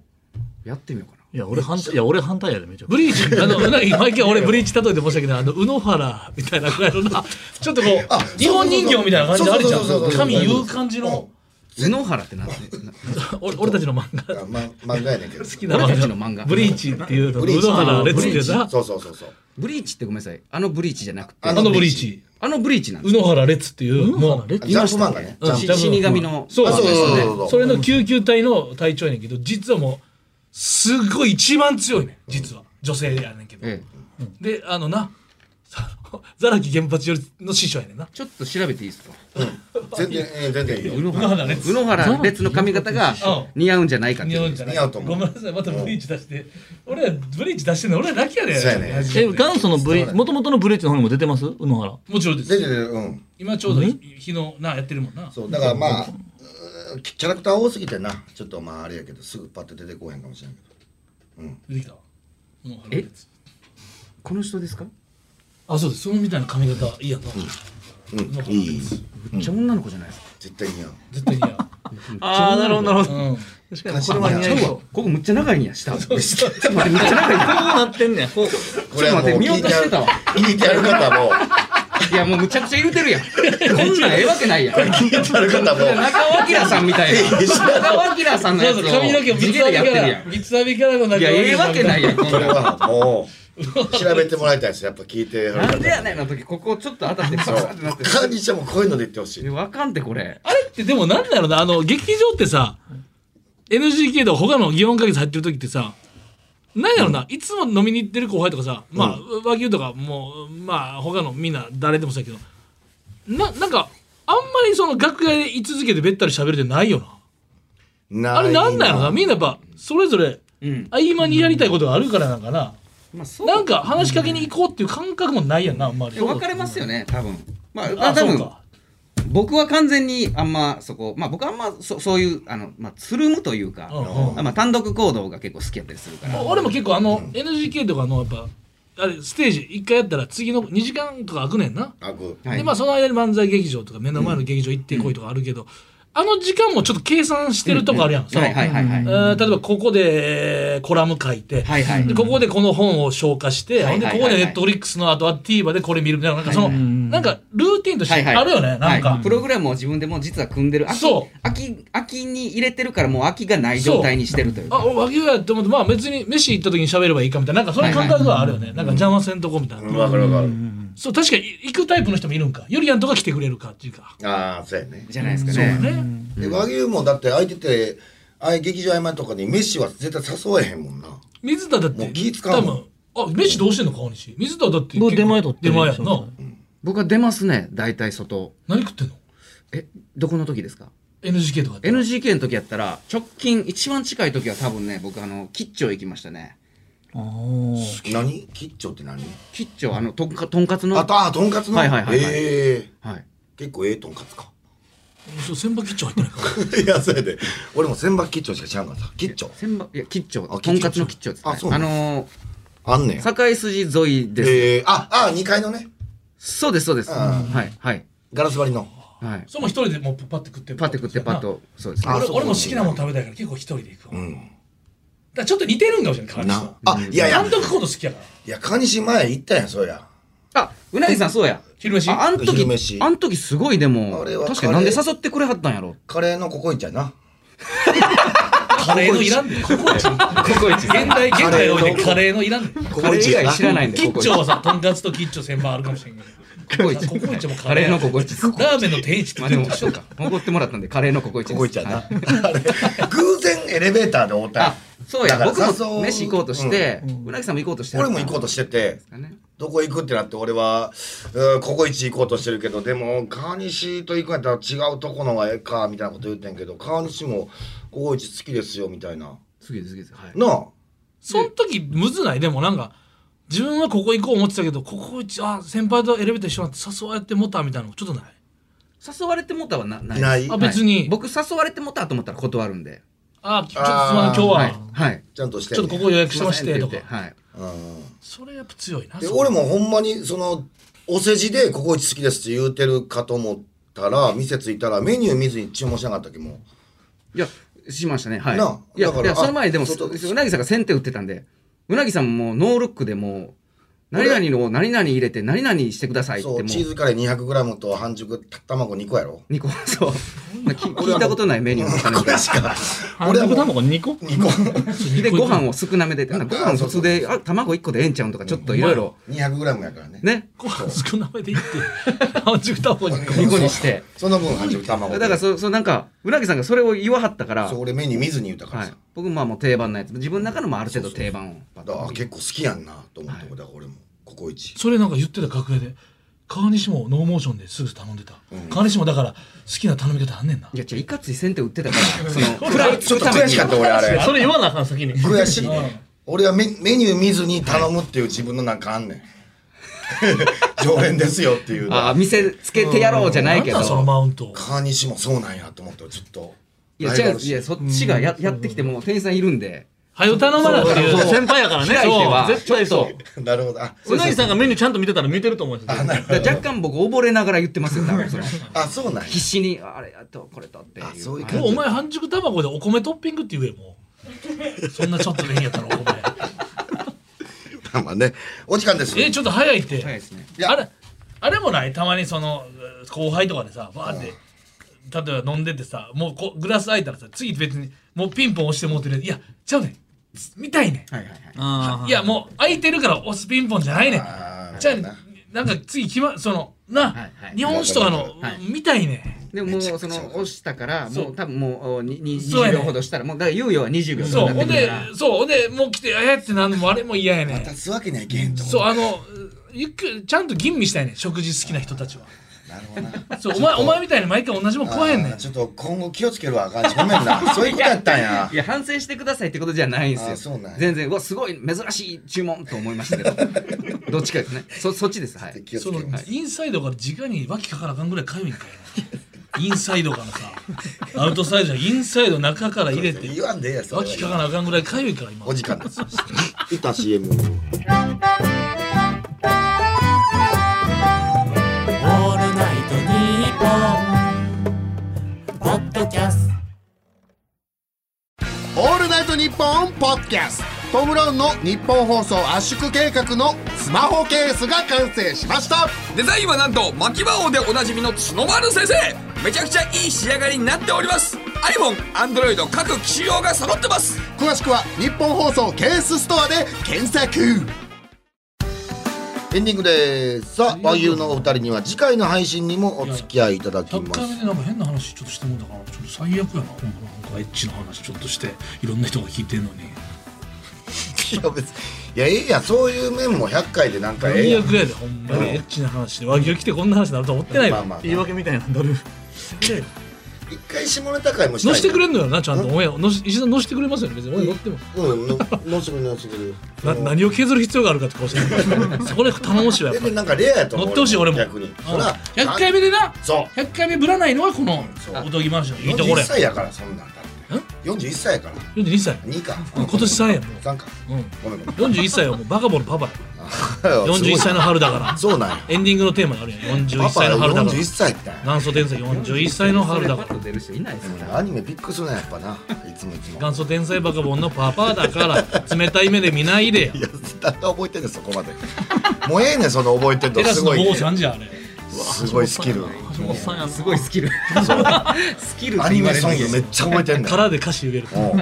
[SPEAKER 2] やってみようかない
[SPEAKER 5] や俺反対いや俺反対やでめちゃくち
[SPEAKER 3] ブリーチあのうなぎ毎回俺ブリーチ例えて申し訳ないあの宇野原みたいなぐらいのなちょっとこ
[SPEAKER 4] あ
[SPEAKER 3] う日本人形みたいな感じであるじゃん
[SPEAKER 4] そうそうそうそう
[SPEAKER 3] 神言う感じの
[SPEAKER 2] 宇野原ってなんてな
[SPEAKER 3] 俺俺たちの漫画好
[SPEAKER 4] あま漫画やねんけど
[SPEAKER 3] きな
[SPEAKER 2] 俺たちの漫画
[SPEAKER 3] ブリーチっていうの
[SPEAKER 4] ブ
[SPEAKER 3] 宇
[SPEAKER 4] リーチ
[SPEAKER 3] 野原あれっつって
[SPEAKER 4] ブリー
[SPEAKER 3] な
[SPEAKER 4] チそうそうそうそう
[SPEAKER 2] ブリーチってごめんなさいあのブリーチじゃなくて
[SPEAKER 3] あ
[SPEAKER 2] あ
[SPEAKER 4] あ
[SPEAKER 2] の
[SPEAKER 3] のブリーチ
[SPEAKER 2] ブリーチなんで
[SPEAKER 3] 宇野原列っていうもう
[SPEAKER 4] ジャンプ漫画ね
[SPEAKER 3] うん
[SPEAKER 2] すよし死神の
[SPEAKER 3] そう
[SPEAKER 4] あそうそうそうそう
[SPEAKER 3] それの救急隊の隊長やねんけど実はもうすっごい一番強いねん実は女性やねんけど、
[SPEAKER 2] ええ
[SPEAKER 3] であのな *laughs* さザラキ原発よりの師匠やねんな
[SPEAKER 2] ちょっと調べていいですか
[SPEAKER 4] 全然えー全然いいよ
[SPEAKER 2] 宇野
[SPEAKER 3] 野原列
[SPEAKER 2] 宇野原列の髪型が
[SPEAKER 3] う
[SPEAKER 2] 似合うんじゃないかってい
[SPEAKER 3] 似合うん
[SPEAKER 2] う
[SPEAKER 3] じゃない
[SPEAKER 4] 似合うと思う
[SPEAKER 3] ごめんなさいまたブリーチ出して俺らブリーチ出してんの俺らだけやで
[SPEAKER 4] そうやね
[SPEAKER 5] ゃえ元祖のブリ元々のブリーチの方にも出てます宇野原
[SPEAKER 3] もちろんで
[SPEAKER 4] 出て
[SPEAKER 3] す
[SPEAKER 4] るうん
[SPEAKER 3] 今ちょうど日のなやってるもんな
[SPEAKER 4] そうだからまあうーキャラクター多すぎてなちょっとまああれやけどすぐパッと出てこへんかもしれんけど
[SPEAKER 3] 出てきたわ宇野原
[SPEAKER 2] え
[SPEAKER 3] 列
[SPEAKER 2] この人ですか
[SPEAKER 3] あそうですそのみたいな髪型いいやんな、
[SPEAKER 4] うんいい
[SPEAKER 2] めっちゃ女の子じゃないですか
[SPEAKER 4] 絶対似合う
[SPEAKER 3] 絶対にや
[SPEAKER 5] ああなるほどなるほど
[SPEAKER 3] うん
[SPEAKER 5] 確かにこれは似合い
[SPEAKER 2] ちゃう
[SPEAKER 5] そ
[SPEAKER 2] わ
[SPEAKER 5] う
[SPEAKER 2] ここむっちゃ長いんや下ちょっ
[SPEAKER 3] そう
[SPEAKER 2] と *laughs* 待ってむっちゃ長い
[SPEAKER 5] こうなってんねんこう
[SPEAKER 4] これはもう
[SPEAKER 2] ちょっと待って見落としてたわ
[SPEAKER 4] 聞いてある方
[SPEAKER 2] *laughs*
[SPEAKER 4] も
[SPEAKER 2] いやもうむちゃくちゃ言うてるやん。こんなんええわけないやん。
[SPEAKER 4] 聞いてある方も
[SPEAKER 2] 中尾明さんみたいな。中尾明さんのやつを
[SPEAKER 3] 髪の毛を三つ
[SPEAKER 2] 地
[SPEAKER 3] 編
[SPEAKER 2] 毛で
[SPEAKER 3] みか
[SPEAKER 2] やってるや
[SPEAKER 3] ら
[SPEAKER 2] ん。
[SPEAKER 3] 三つ編みからの中
[SPEAKER 2] いやええわけないやん。こん
[SPEAKER 4] こ
[SPEAKER 2] なん
[SPEAKER 4] れはもう調べてもらいたいですやっぱ聞いてある方
[SPEAKER 2] なんでやねんの時ここちょっと当たってパサ
[SPEAKER 4] そう
[SPEAKER 2] ってなってる。
[SPEAKER 4] 管理者もこういうので言ってほし
[SPEAKER 2] い
[SPEAKER 4] い
[SPEAKER 2] やわかんってこれ。
[SPEAKER 3] あれってでもなんだろうなあの劇場ってさ NGK とか他の祇園か月入ってる時ってさなんやろうな、いつも飲みに行ってる後輩とかさ、まあ、和牛とかもうまあ他のみんな誰でもそうやけどななんかあんまりその楽屋で居続けてべったり喋るってないよな
[SPEAKER 4] な
[SPEAKER 3] あれなんなんやろなみんなやっぱそれぞれ
[SPEAKER 2] うん
[SPEAKER 3] 合間にやりたいことがあるからなんかな、
[SPEAKER 2] まあそう
[SPEAKER 3] なんか話しかけに行こうっていう感覚もないやんなあんまり
[SPEAKER 2] 分かれますよね多分まあ、ま
[SPEAKER 3] あ
[SPEAKER 2] あ、多
[SPEAKER 3] そう
[SPEAKER 2] 分
[SPEAKER 3] か
[SPEAKER 2] 僕は完全にあんまそこまあ僕はあんまそそういうあの、まあ、つるむというか、
[SPEAKER 3] うんうん
[SPEAKER 2] あまあ、単独行動が結構好きやったりするから
[SPEAKER 3] 俺も結構あの NGK とかのやっぱあれステージ一回やったら次の2時間とか空くねんな、
[SPEAKER 4] あぐ
[SPEAKER 2] はい
[SPEAKER 3] でまあその間に漫才劇場とか目の前の劇場行ってこいとかあるけど、あの時間もちょっと計算してるとこあるやん、その
[SPEAKER 2] はいはいはいはい
[SPEAKER 3] えー例えばここでえーコラム書いて、
[SPEAKER 2] はいはい
[SPEAKER 3] でここでこの本を消化して、
[SPEAKER 2] はいはいはいはい
[SPEAKER 3] ほんでここでネットフリックスの後は TVer でこれ見るみたいななんかその、
[SPEAKER 2] はい
[SPEAKER 3] なんかルーティンとして
[SPEAKER 2] はいはい
[SPEAKER 3] あるよね、なんか、
[SPEAKER 2] はい、プログラムを自分でもう実は組んでる秋
[SPEAKER 3] そう
[SPEAKER 2] 秋秋に入れてるからもう秋がない状態にしてるという
[SPEAKER 3] あ
[SPEAKER 2] か
[SPEAKER 3] お和牛やと思ってまあ別に飯行った時に喋ればいいかみたいななんかその感覚はあるよね、なんか邪魔せんとこみたいな、
[SPEAKER 4] わかるわかる
[SPEAKER 3] そう確かに行くタイプの人もいるんかゆりやんとか来てくれるかっていうか
[SPEAKER 4] ああそうやね
[SPEAKER 2] じゃないですかね
[SPEAKER 3] ね、
[SPEAKER 4] で和牛もだって空いててあい劇場合間とかに飯は絶対誘えへんもんな
[SPEAKER 3] 水田だって
[SPEAKER 4] もう気使うもん
[SPEAKER 3] 多分あ飯どうしてんの川西水田だって
[SPEAKER 5] 僕出前取って
[SPEAKER 3] 出
[SPEAKER 5] る
[SPEAKER 3] 前やんな
[SPEAKER 2] 僕は出ますね大体外
[SPEAKER 3] 何食ってんの
[SPEAKER 2] えどこの時ですか
[SPEAKER 3] NGK とかって
[SPEAKER 2] NGK の時やったら直近一番近い時は多分ね僕あの吉兆行きましたね
[SPEAKER 4] 何キッチョって何
[SPEAKER 2] 吉兆あのとんかとんかつの
[SPEAKER 4] あとあとんかつの
[SPEAKER 2] はいはいはいはい
[SPEAKER 4] ええ
[SPEAKER 2] はい
[SPEAKER 4] 結構ええとんかつか *laughs*
[SPEAKER 3] そう千葉吉兆入ってない
[SPEAKER 5] *laughs*
[SPEAKER 3] か
[SPEAKER 4] いやそうやで俺も千葉キッチョしか知らんかったキッチョ
[SPEAKER 2] 千葉いや吉兆
[SPEAKER 4] あ吉兆
[SPEAKER 2] とんかつの吉兆ですね
[SPEAKER 4] あそうな
[SPEAKER 2] あ
[SPEAKER 4] んです
[SPEAKER 2] の
[SPEAKER 4] あんねん
[SPEAKER 2] ー、境筋沿いです、
[SPEAKER 4] ええああ二階のね
[SPEAKER 2] そうですそうです
[SPEAKER 4] うん
[SPEAKER 2] はいはい
[SPEAKER 4] ガラス張りの
[SPEAKER 2] はい
[SPEAKER 3] それも一人でもうパッて食って
[SPEAKER 2] パッて食ってパッとそうですね
[SPEAKER 4] あ
[SPEAKER 3] 俺
[SPEAKER 4] そう
[SPEAKER 3] 俺も好きなもん食べたいから結構一人で行くわ、
[SPEAKER 4] う
[SPEAKER 3] だか
[SPEAKER 4] ん
[SPEAKER 3] らちょっと似てるんかもしれない川西
[SPEAKER 4] なあいやい
[SPEAKER 3] さん単
[SPEAKER 4] や
[SPEAKER 3] 独行動好きやから
[SPEAKER 4] いや川西前行ったやんそうや
[SPEAKER 2] あうなぎさんそうや
[SPEAKER 3] 昼飯
[SPEAKER 2] ああん
[SPEAKER 4] 昼
[SPEAKER 2] 時
[SPEAKER 4] 飯
[SPEAKER 2] あん時すごいでも
[SPEAKER 4] あれは
[SPEAKER 2] 確かになんで誘ってくれはったんやろ
[SPEAKER 4] カレーのココイチやな
[SPEAKER 3] カレーのいらんねんここ一
[SPEAKER 2] *laughs* ココイチ
[SPEAKER 3] 現代現代においてカレーのいらんねん
[SPEAKER 2] ココイチ以外知らないんで
[SPEAKER 3] キ
[SPEAKER 2] コ
[SPEAKER 3] ッ
[SPEAKER 2] コイ
[SPEAKER 3] チ
[SPEAKER 2] チ
[SPEAKER 3] ョはさとんかつとキッチョ千葉あるかもしれんけ
[SPEAKER 2] ココイチ
[SPEAKER 3] どココイチも
[SPEAKER 2] カレーのココイチ
[SPEAKER 3] ラーメンの定位置
[SPEAKER 2] ま
[SPEAKER 3] ま
[SPEAKER 2] あ
[SPEAKER 3] で
[SPEAKER 2] で
[SPEAKER 3] も
[SPEAKER 2] もそうか怒ってもらったんでカレーのココイチです
[SPEAKER 4] ココイチやな
[SPEAKER 2] はい
[SPEAKER 4] あれ偶然エレベーターでおったやん
[SPEAKER 2] あそうや
[SPEAKER 4] だ
[SPEAKER 2] 僕
[SPEAKER 4] から
[SPEAKER 2] も飯行こうとしてうなぎさんも行こうとして
[SPEAKER 4] 俺も行こうと
[SPEAKER 2] し
[SPEAKER 4] してて
[SPEAKER 2] てね
[SPEAKER 4] どこ行くってなって俺はうんココイチ行こうとしてるけどでも川西と行くんやったら違うとこの方がええかみたいなこと言ってんけど川西もココイチ好きですよみたいな
[SPEAKER 2] 次です次ですはい
[SPEAKER 4] なあ
[SPEAKER 3] その時むずないでもなんか自分はここ行こう思ってたけどここ一あ先輩とエレベーター一緒になって誘われてもたみたいなのちょっとない
[SPEAKER 2] 誘われてもたはなない
[SPEAKER 4] ない
[SPEAKER 3] あ別に
[SPEAKER 2] はい僕誘われてもたと思ったら断るんで
[SPEAKER 3] あちょっとすまん今日は、
[SPEAKER 2] はいはい
[SPEAKER 4] ちゃんとして
[SPEAKER 3] ちょっとここ予約してまし
[SPEAKER 2] す
[SPEAKER 3] て
[SPEAKER 2] い
[SPEAKER 3] と
[SPEAKER 2] ません
[SPEAKER 3] か
[SPEAKER 2] って言っ
[SPEAKER 4] う
[SPEAKER 2] て
[SPEAKER 4] ん
[SPEAKER 3] それやっぱ強いな
[SPEAKER 4] で
[SPEAKER 3] そこ
[SPEAKER 4] 俺もほんまにそのお世辞で「ココイチ好きです」って言うてるかと思ったら店着いたらメニュー見ずに注文しなかったっけも
[SPEAKER 2] いやしましたねはい
[SPEAKER 4] なあ
[SPEAKER 2] いや
[SPEAKER 4] だから
[SPEAKER 2] いやその前でも
[SPEAKER 4] あそう
[SPEAKER 2] うなぎさんが先手打ってたんでうなぎさんもノールックでもう何々を何々入れて何々してください
[SPEAKER 4] う
[SPEAKER 2] っても
[SPEAKER 4] そううチーズカレー 200g と半熟卵2個や
[SPEAKER 2] *laughs*
[SPEAKER 4] ろ
[SPEAKER 2] 2個そうまあき聞いたことないメニューでしたね
[SPEAKER 4] これしか
[SPEAKER 5] 半熟卵2個
[SPEAKER 4] 2個
[SPEAKER 2] でご飯を少なめでってなんかご飯普通であ卵1個でええんちゃうんとかちょっといろいろ
[SPEAKER 4] 200g やからね
[SPEAKER 2] ね
[SPEAKER 3] ご飯少なめでいって半熟卵に
[SPEAKER 2] 2個にして
[SPEAKER 4] その分半熟卵
[SPEAKER 2] だ
[SPEAKER 4] で
[SPEAKER 2] からそうそうなんかうなぎさんがそれを言わはったから
[SPEAKER 4] そう俺メニュー見ずに言ったから
[SPEAKER 2] は
[SPEAKER 4] さ
[SPEAKER 2] い、僕まあもう定番のやつ自分の中のもある程度定番を
[SPEAKER 4] だからあ結構好きやんなと思って、だから俺もココイチ
[SPEAKER 3] それなんか言ってた楽屋で川西もノーモーションですぐ頼んでた、川西もだから好きな頼み方あんねんない
[SPEAKER 2] やじゃあいかつい先手打ってたからその食らい
[SPEAKER 4] *laughs* ちょっと悔しかった俺あれ
[SPEAKER 5] それ言わなあかん先に
[SPEAKER 4] 悔しいね俺はメメニュー見ずに頼むっていう自分のなんかあんねん *laughs* 常連ですよっていうの
[SPEAKER 2] あ見せつけてやろうじゃないけど
[SPEAKER 3] んだそのマウント
[SPEAKER 4] 川西もそうなんやと思ってちょっと
[SPEAKER 2] いや
[SPEAKER 4] ライバ
[SPEAKER 2] 違う
[SPEAKER 4] ル
[SPEAKER 2] い
[SPEAKER 4] 心
[SPEAKER 2] やそっちがややってきてもう店員さんいるんで
[SPEAKER 3] はよ頼まなっていう
[SPEAKER 5] 先輩やからね
[SPEAKER 2] 開いては
[SPEAKER 5] そう絶対
[SPEAKER 2] ちょ
[SPEAKER 5] そ
[SPEAKER 2] っ
[SPEAKER 5] う
[SPEAKER 4] *laughs* なるほどあ
[SPEAKER 5] うなぎさんがメニューちゃんと見てたら見てると思うんですよ。
[SPEAKER 2] だから若干僕溺れながら言ってますよ多分その
[SPEAKER 4] あそうなんや
[SPEAKER 2] 必死にあれやとこれとっていう
[SPEAKER 4] あそういう
[SPEAKER 2] は
[SPEAKER 4] 感
[SPEAKER 3] もうお
[SPEAKER 4] じ
[SPEAKER 3] 前半熟卵でお米トッピングって言えもうそんなちょっとでいいんやったらお米
[SPEAKER 4] まあねお時間です
[SPEAKER 3] えちょっと早いって、
[SPEAKER 2] 早いですね
[SPEAKER 4] いや
[SPEAKER 3] あれあれもないたまにそのうー後輩とかでさバーって、例えば飲んでてさもうこグラス空いたらさ次別にもうピンポン押してもうてるいやちゃうねんつ見たいねん、
[SPEAKER 2] はいはいはい
[SPEAKER 5] あ
[SPEAKER 3] いやもう空いてるから押すピンポンじゃないねん
[SPEAKER 4] あー
[SPEAKER 3] じゃあ
[SPEAKER 4] なるほ
[SPEAKER 3] なんか次決まそのな、
[SPEAKER 2] はいはい
[SPEAKER 3] 日本酒とかの、
[SPEAKER 2] はい
[SPEAKER 3] 見たいね
[SPEAKER 2] でももうその押したから
[SPEAKER 3] そう
[SPEAKER 2] もう多分もうにに
[SPEAKER 3] そうや
[SPEAKER 2] 20
[SPEAKER 3] ね
[SPEAKER 2] 秒ほどしたらもうだから猶予は20秒
[SPEAKER 3] ん
[SPEAKER 2] に
[SPEAKER 3] そう
[SPEAKER 2] なっ
[SPEAKER 3] ほ
[SPEAKER 2] て
[SPEAKER 3] ん
[SPEAKER 2] くる
[SPEAKER 3] で
[SPEAKER 2] から
[SPEAKER 3] そうほんでもう来てあやってなんのもあれも嫌やねん
[SPEAKER 4] 立つわけにはいけへんと思
[SPEAKER 3] そうあのゆっくりちゃんと吟味したいね食事好きな人たちは
[SPEAKER 4] なるほどな
[SPEAKER 3] そうお前お前みたいに毎回同じもん食わへんね
[SPEAKER 4] あー
[SPEAKER 3] ん
[SPEAKER 4] ちょっと今後気をつけるわあかんしごめんなそういうことやったんや
[SPEAKER 2] いや反省してくださいってことじゃないんです
[SPEAKER 4] あ
[SPEAKER 2] よ。
[SPEAKER 4] そうなんや
[SPEAKER 2] 全然うわすごい珍しい注文と思いましたけど。どっちかですね。そそっちです。はい。
[SPEAKER 4] 気をつ
[SPEAKER 3] そ
[SPEAKER 4] け
[SPEAKER 3] の
[SPEAKER 4] ます
[SPEAKER 3] インサイドから直に脇かからあかんぐらいかゆいんかいなインサイドからさアウトサイドじゃインサイド中から入れて
[SPEAKER 4] 言わんでええやそれ
[SPEAKER 3] 脇かからあかんぐらいかゆいから今
[SPEAKER 4] お時間ですいた CM
[SPEAKER 1] オールナイトニッポンポッドキャストトム・ローンの日本放送圧縮計画のスマホケースが完成しました
[SPEAKER 8] デザインはなんと牧場王でおなじみの角丸先生めちゃくちゃいい仕上がりになっております iPhone、Android 各機種用が揃ってます
[SPEAKER 1] 詳しくは日本放送ケースストアで検索
[SPEAKER 4] エンディングですさあ和牛のお二人には次回の配信にもお付き合いいただき
[SPEAKER 3] 100
[SPEAKER 4] ま
[SPEAKER 3] 回目
[SPEAKER 4] す
[SPEAKER 3] でなんか変な話ちょっとしてもんだからちょっと最悪やなほんまなんかエッチな話ちょっとしていろんな人が聞いてんのに
[SPEAKER 4] いや別にいやええやんそういう面も100回でなんかえ
[SPEAKER 3] 最
[SPEAKER 4] えやん
[SPEAKER 3] 悪やでほんまにエッチな話で和牛来てこんな話になると思ってない
[SPEAKER 4] ま
[SPEAKER 3] わ
[SPEAKER 4] あまあ
[SPEAKER 5] 言い訳みたいなんだる
[SPEAKER 3] で
[SPEAKER 4] 一回下ネタ会もしたい
[SPEAKER 3] 乗せてくれ
[SPEAKER 4] る
[SPEAKER 3] んのよなちゃんとオンエアのし石田乗せてくれますよね別に俺乗っても
[SPEAKER 4] うんの乗せてくれる乗せてくれる
[SPEAKER 3] な何を削る必要があるかって顔してるそこで頼もしいわやっ
[SPEAKER 4] で
[SPEAKER 3] ぱ
[SPEAKER 4] も
[SPEAKER 3] り
[SPEAKER 4] なんかレアやと思う
[SPEAKER 3] 乗ってほしい俺も
[SPEAKER 4] 逆にそら
[SPEAKER 3] うん100回目でな
[SPEAKER 4] そう
[SPEAKER 3] 100回目ぶらないのはこのおとぎ話のいいところ
[SPEAKER 4] 41
[SPEAKER 3] や
[SPEAKER 4] 歳やからそんなんだって41歳やから
[SPEAKER 3] 42歳
[SPEAKER 4] 2か
[SPEAKER 3] 今年3やも
[SPEAKER 4] 3か
[SPEAKER 3] う、うん、
[SPEAKER 4] ごめんごめん
[SPEAKER 3] 41歳はもうバカボンの
[SPEAKER 4] *laughs*
[SPEAKER 3] パパや41歳の
[SPEAKER 4] 春
[SPEAKER 3] 春だから
[SPEAKER 4] *laughs* そうなんや
[SPEAKER 3] エンディングのテーマにあるやん41
[SPEAKER 4] パパ
[SPEAKER 3] 歳の春だから
[SPEAKER 4] 41歳って
[SPEAKER 3] 元祖天才41歳の春だ
[SPEAKER 2] パ
[SPEAKER 3] か
[SPEAKER 2] ッと出る人いないですから。
[SPEAKER 4] うんアニメびっくりするなやっぱないつもいつも
[SPEAKER 3] ら元祖天才バカボンのパパだから冷たい目で見ないでや
[SPEAKER 4] いやだんだん覚えてんねんそこまでもうええねんその覚えてん
[SPEAKER 3] テ
[SPEAKER 4] の
[SPEAKER 3] ラス
[SPEAKER 4] す
[SPEAKER 3] の
[SPEAKER 4] ごい
[SPEAKER 3] 坊さんじゃあれ
[SPEAKER 4] すごいスキル
[SPEAKER 5] 橋本さんや
[SPEAKER 2] すごいスキル。 *laughs* スキルっ
[SPEAKER 4] ア
[SPEAKER 2] て
[SPEAKER 4] ニ
[SPEAKER 2] 言
[SPEAKER 4] メ
[SPEAKER 2] われる
[SPEAKER 4] ソ
[SPEAKER 2] だ
[SPEAKER 4] ン
[SPEAKER 2] けで
[SPEAKER 4] グめっちゃ覚えてんねん
[SPEAKER 3] からで歌詞入れる
[SPEAKER 4] うん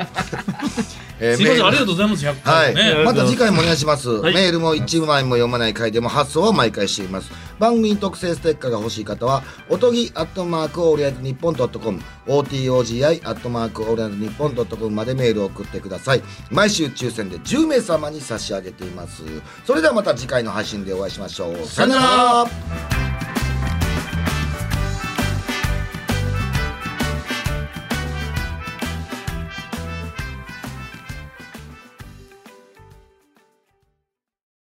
[SPEAKER 4] えー
[SPEAKER 3] すいませんあり
[SPEAKER 4] メー
[SPEAKER 3] が
[SPEAKER 4] ル
[SPEAKER 3] とうございます100
[SPEAKER 4] は
[SPEAKER 3] 回
[SPEAKER 4] い、
[SPEAKER 3] ね、
[SPEAKER 4] また次回もお願いします、
[SPEAKER 5] い
[SPEAKER 4] メールも一枚も読まない回でも発送を毎回しています番組特製ステッカーが欲しい方はおとぎアットマークオールナイトニッポンドットコム OTOGI アットマークオールナイトニッポンドットコムまでメールを送ってください毎週抽選で10名様に差し上げていますそれではまた次回の配信でお会いしましょうさよなら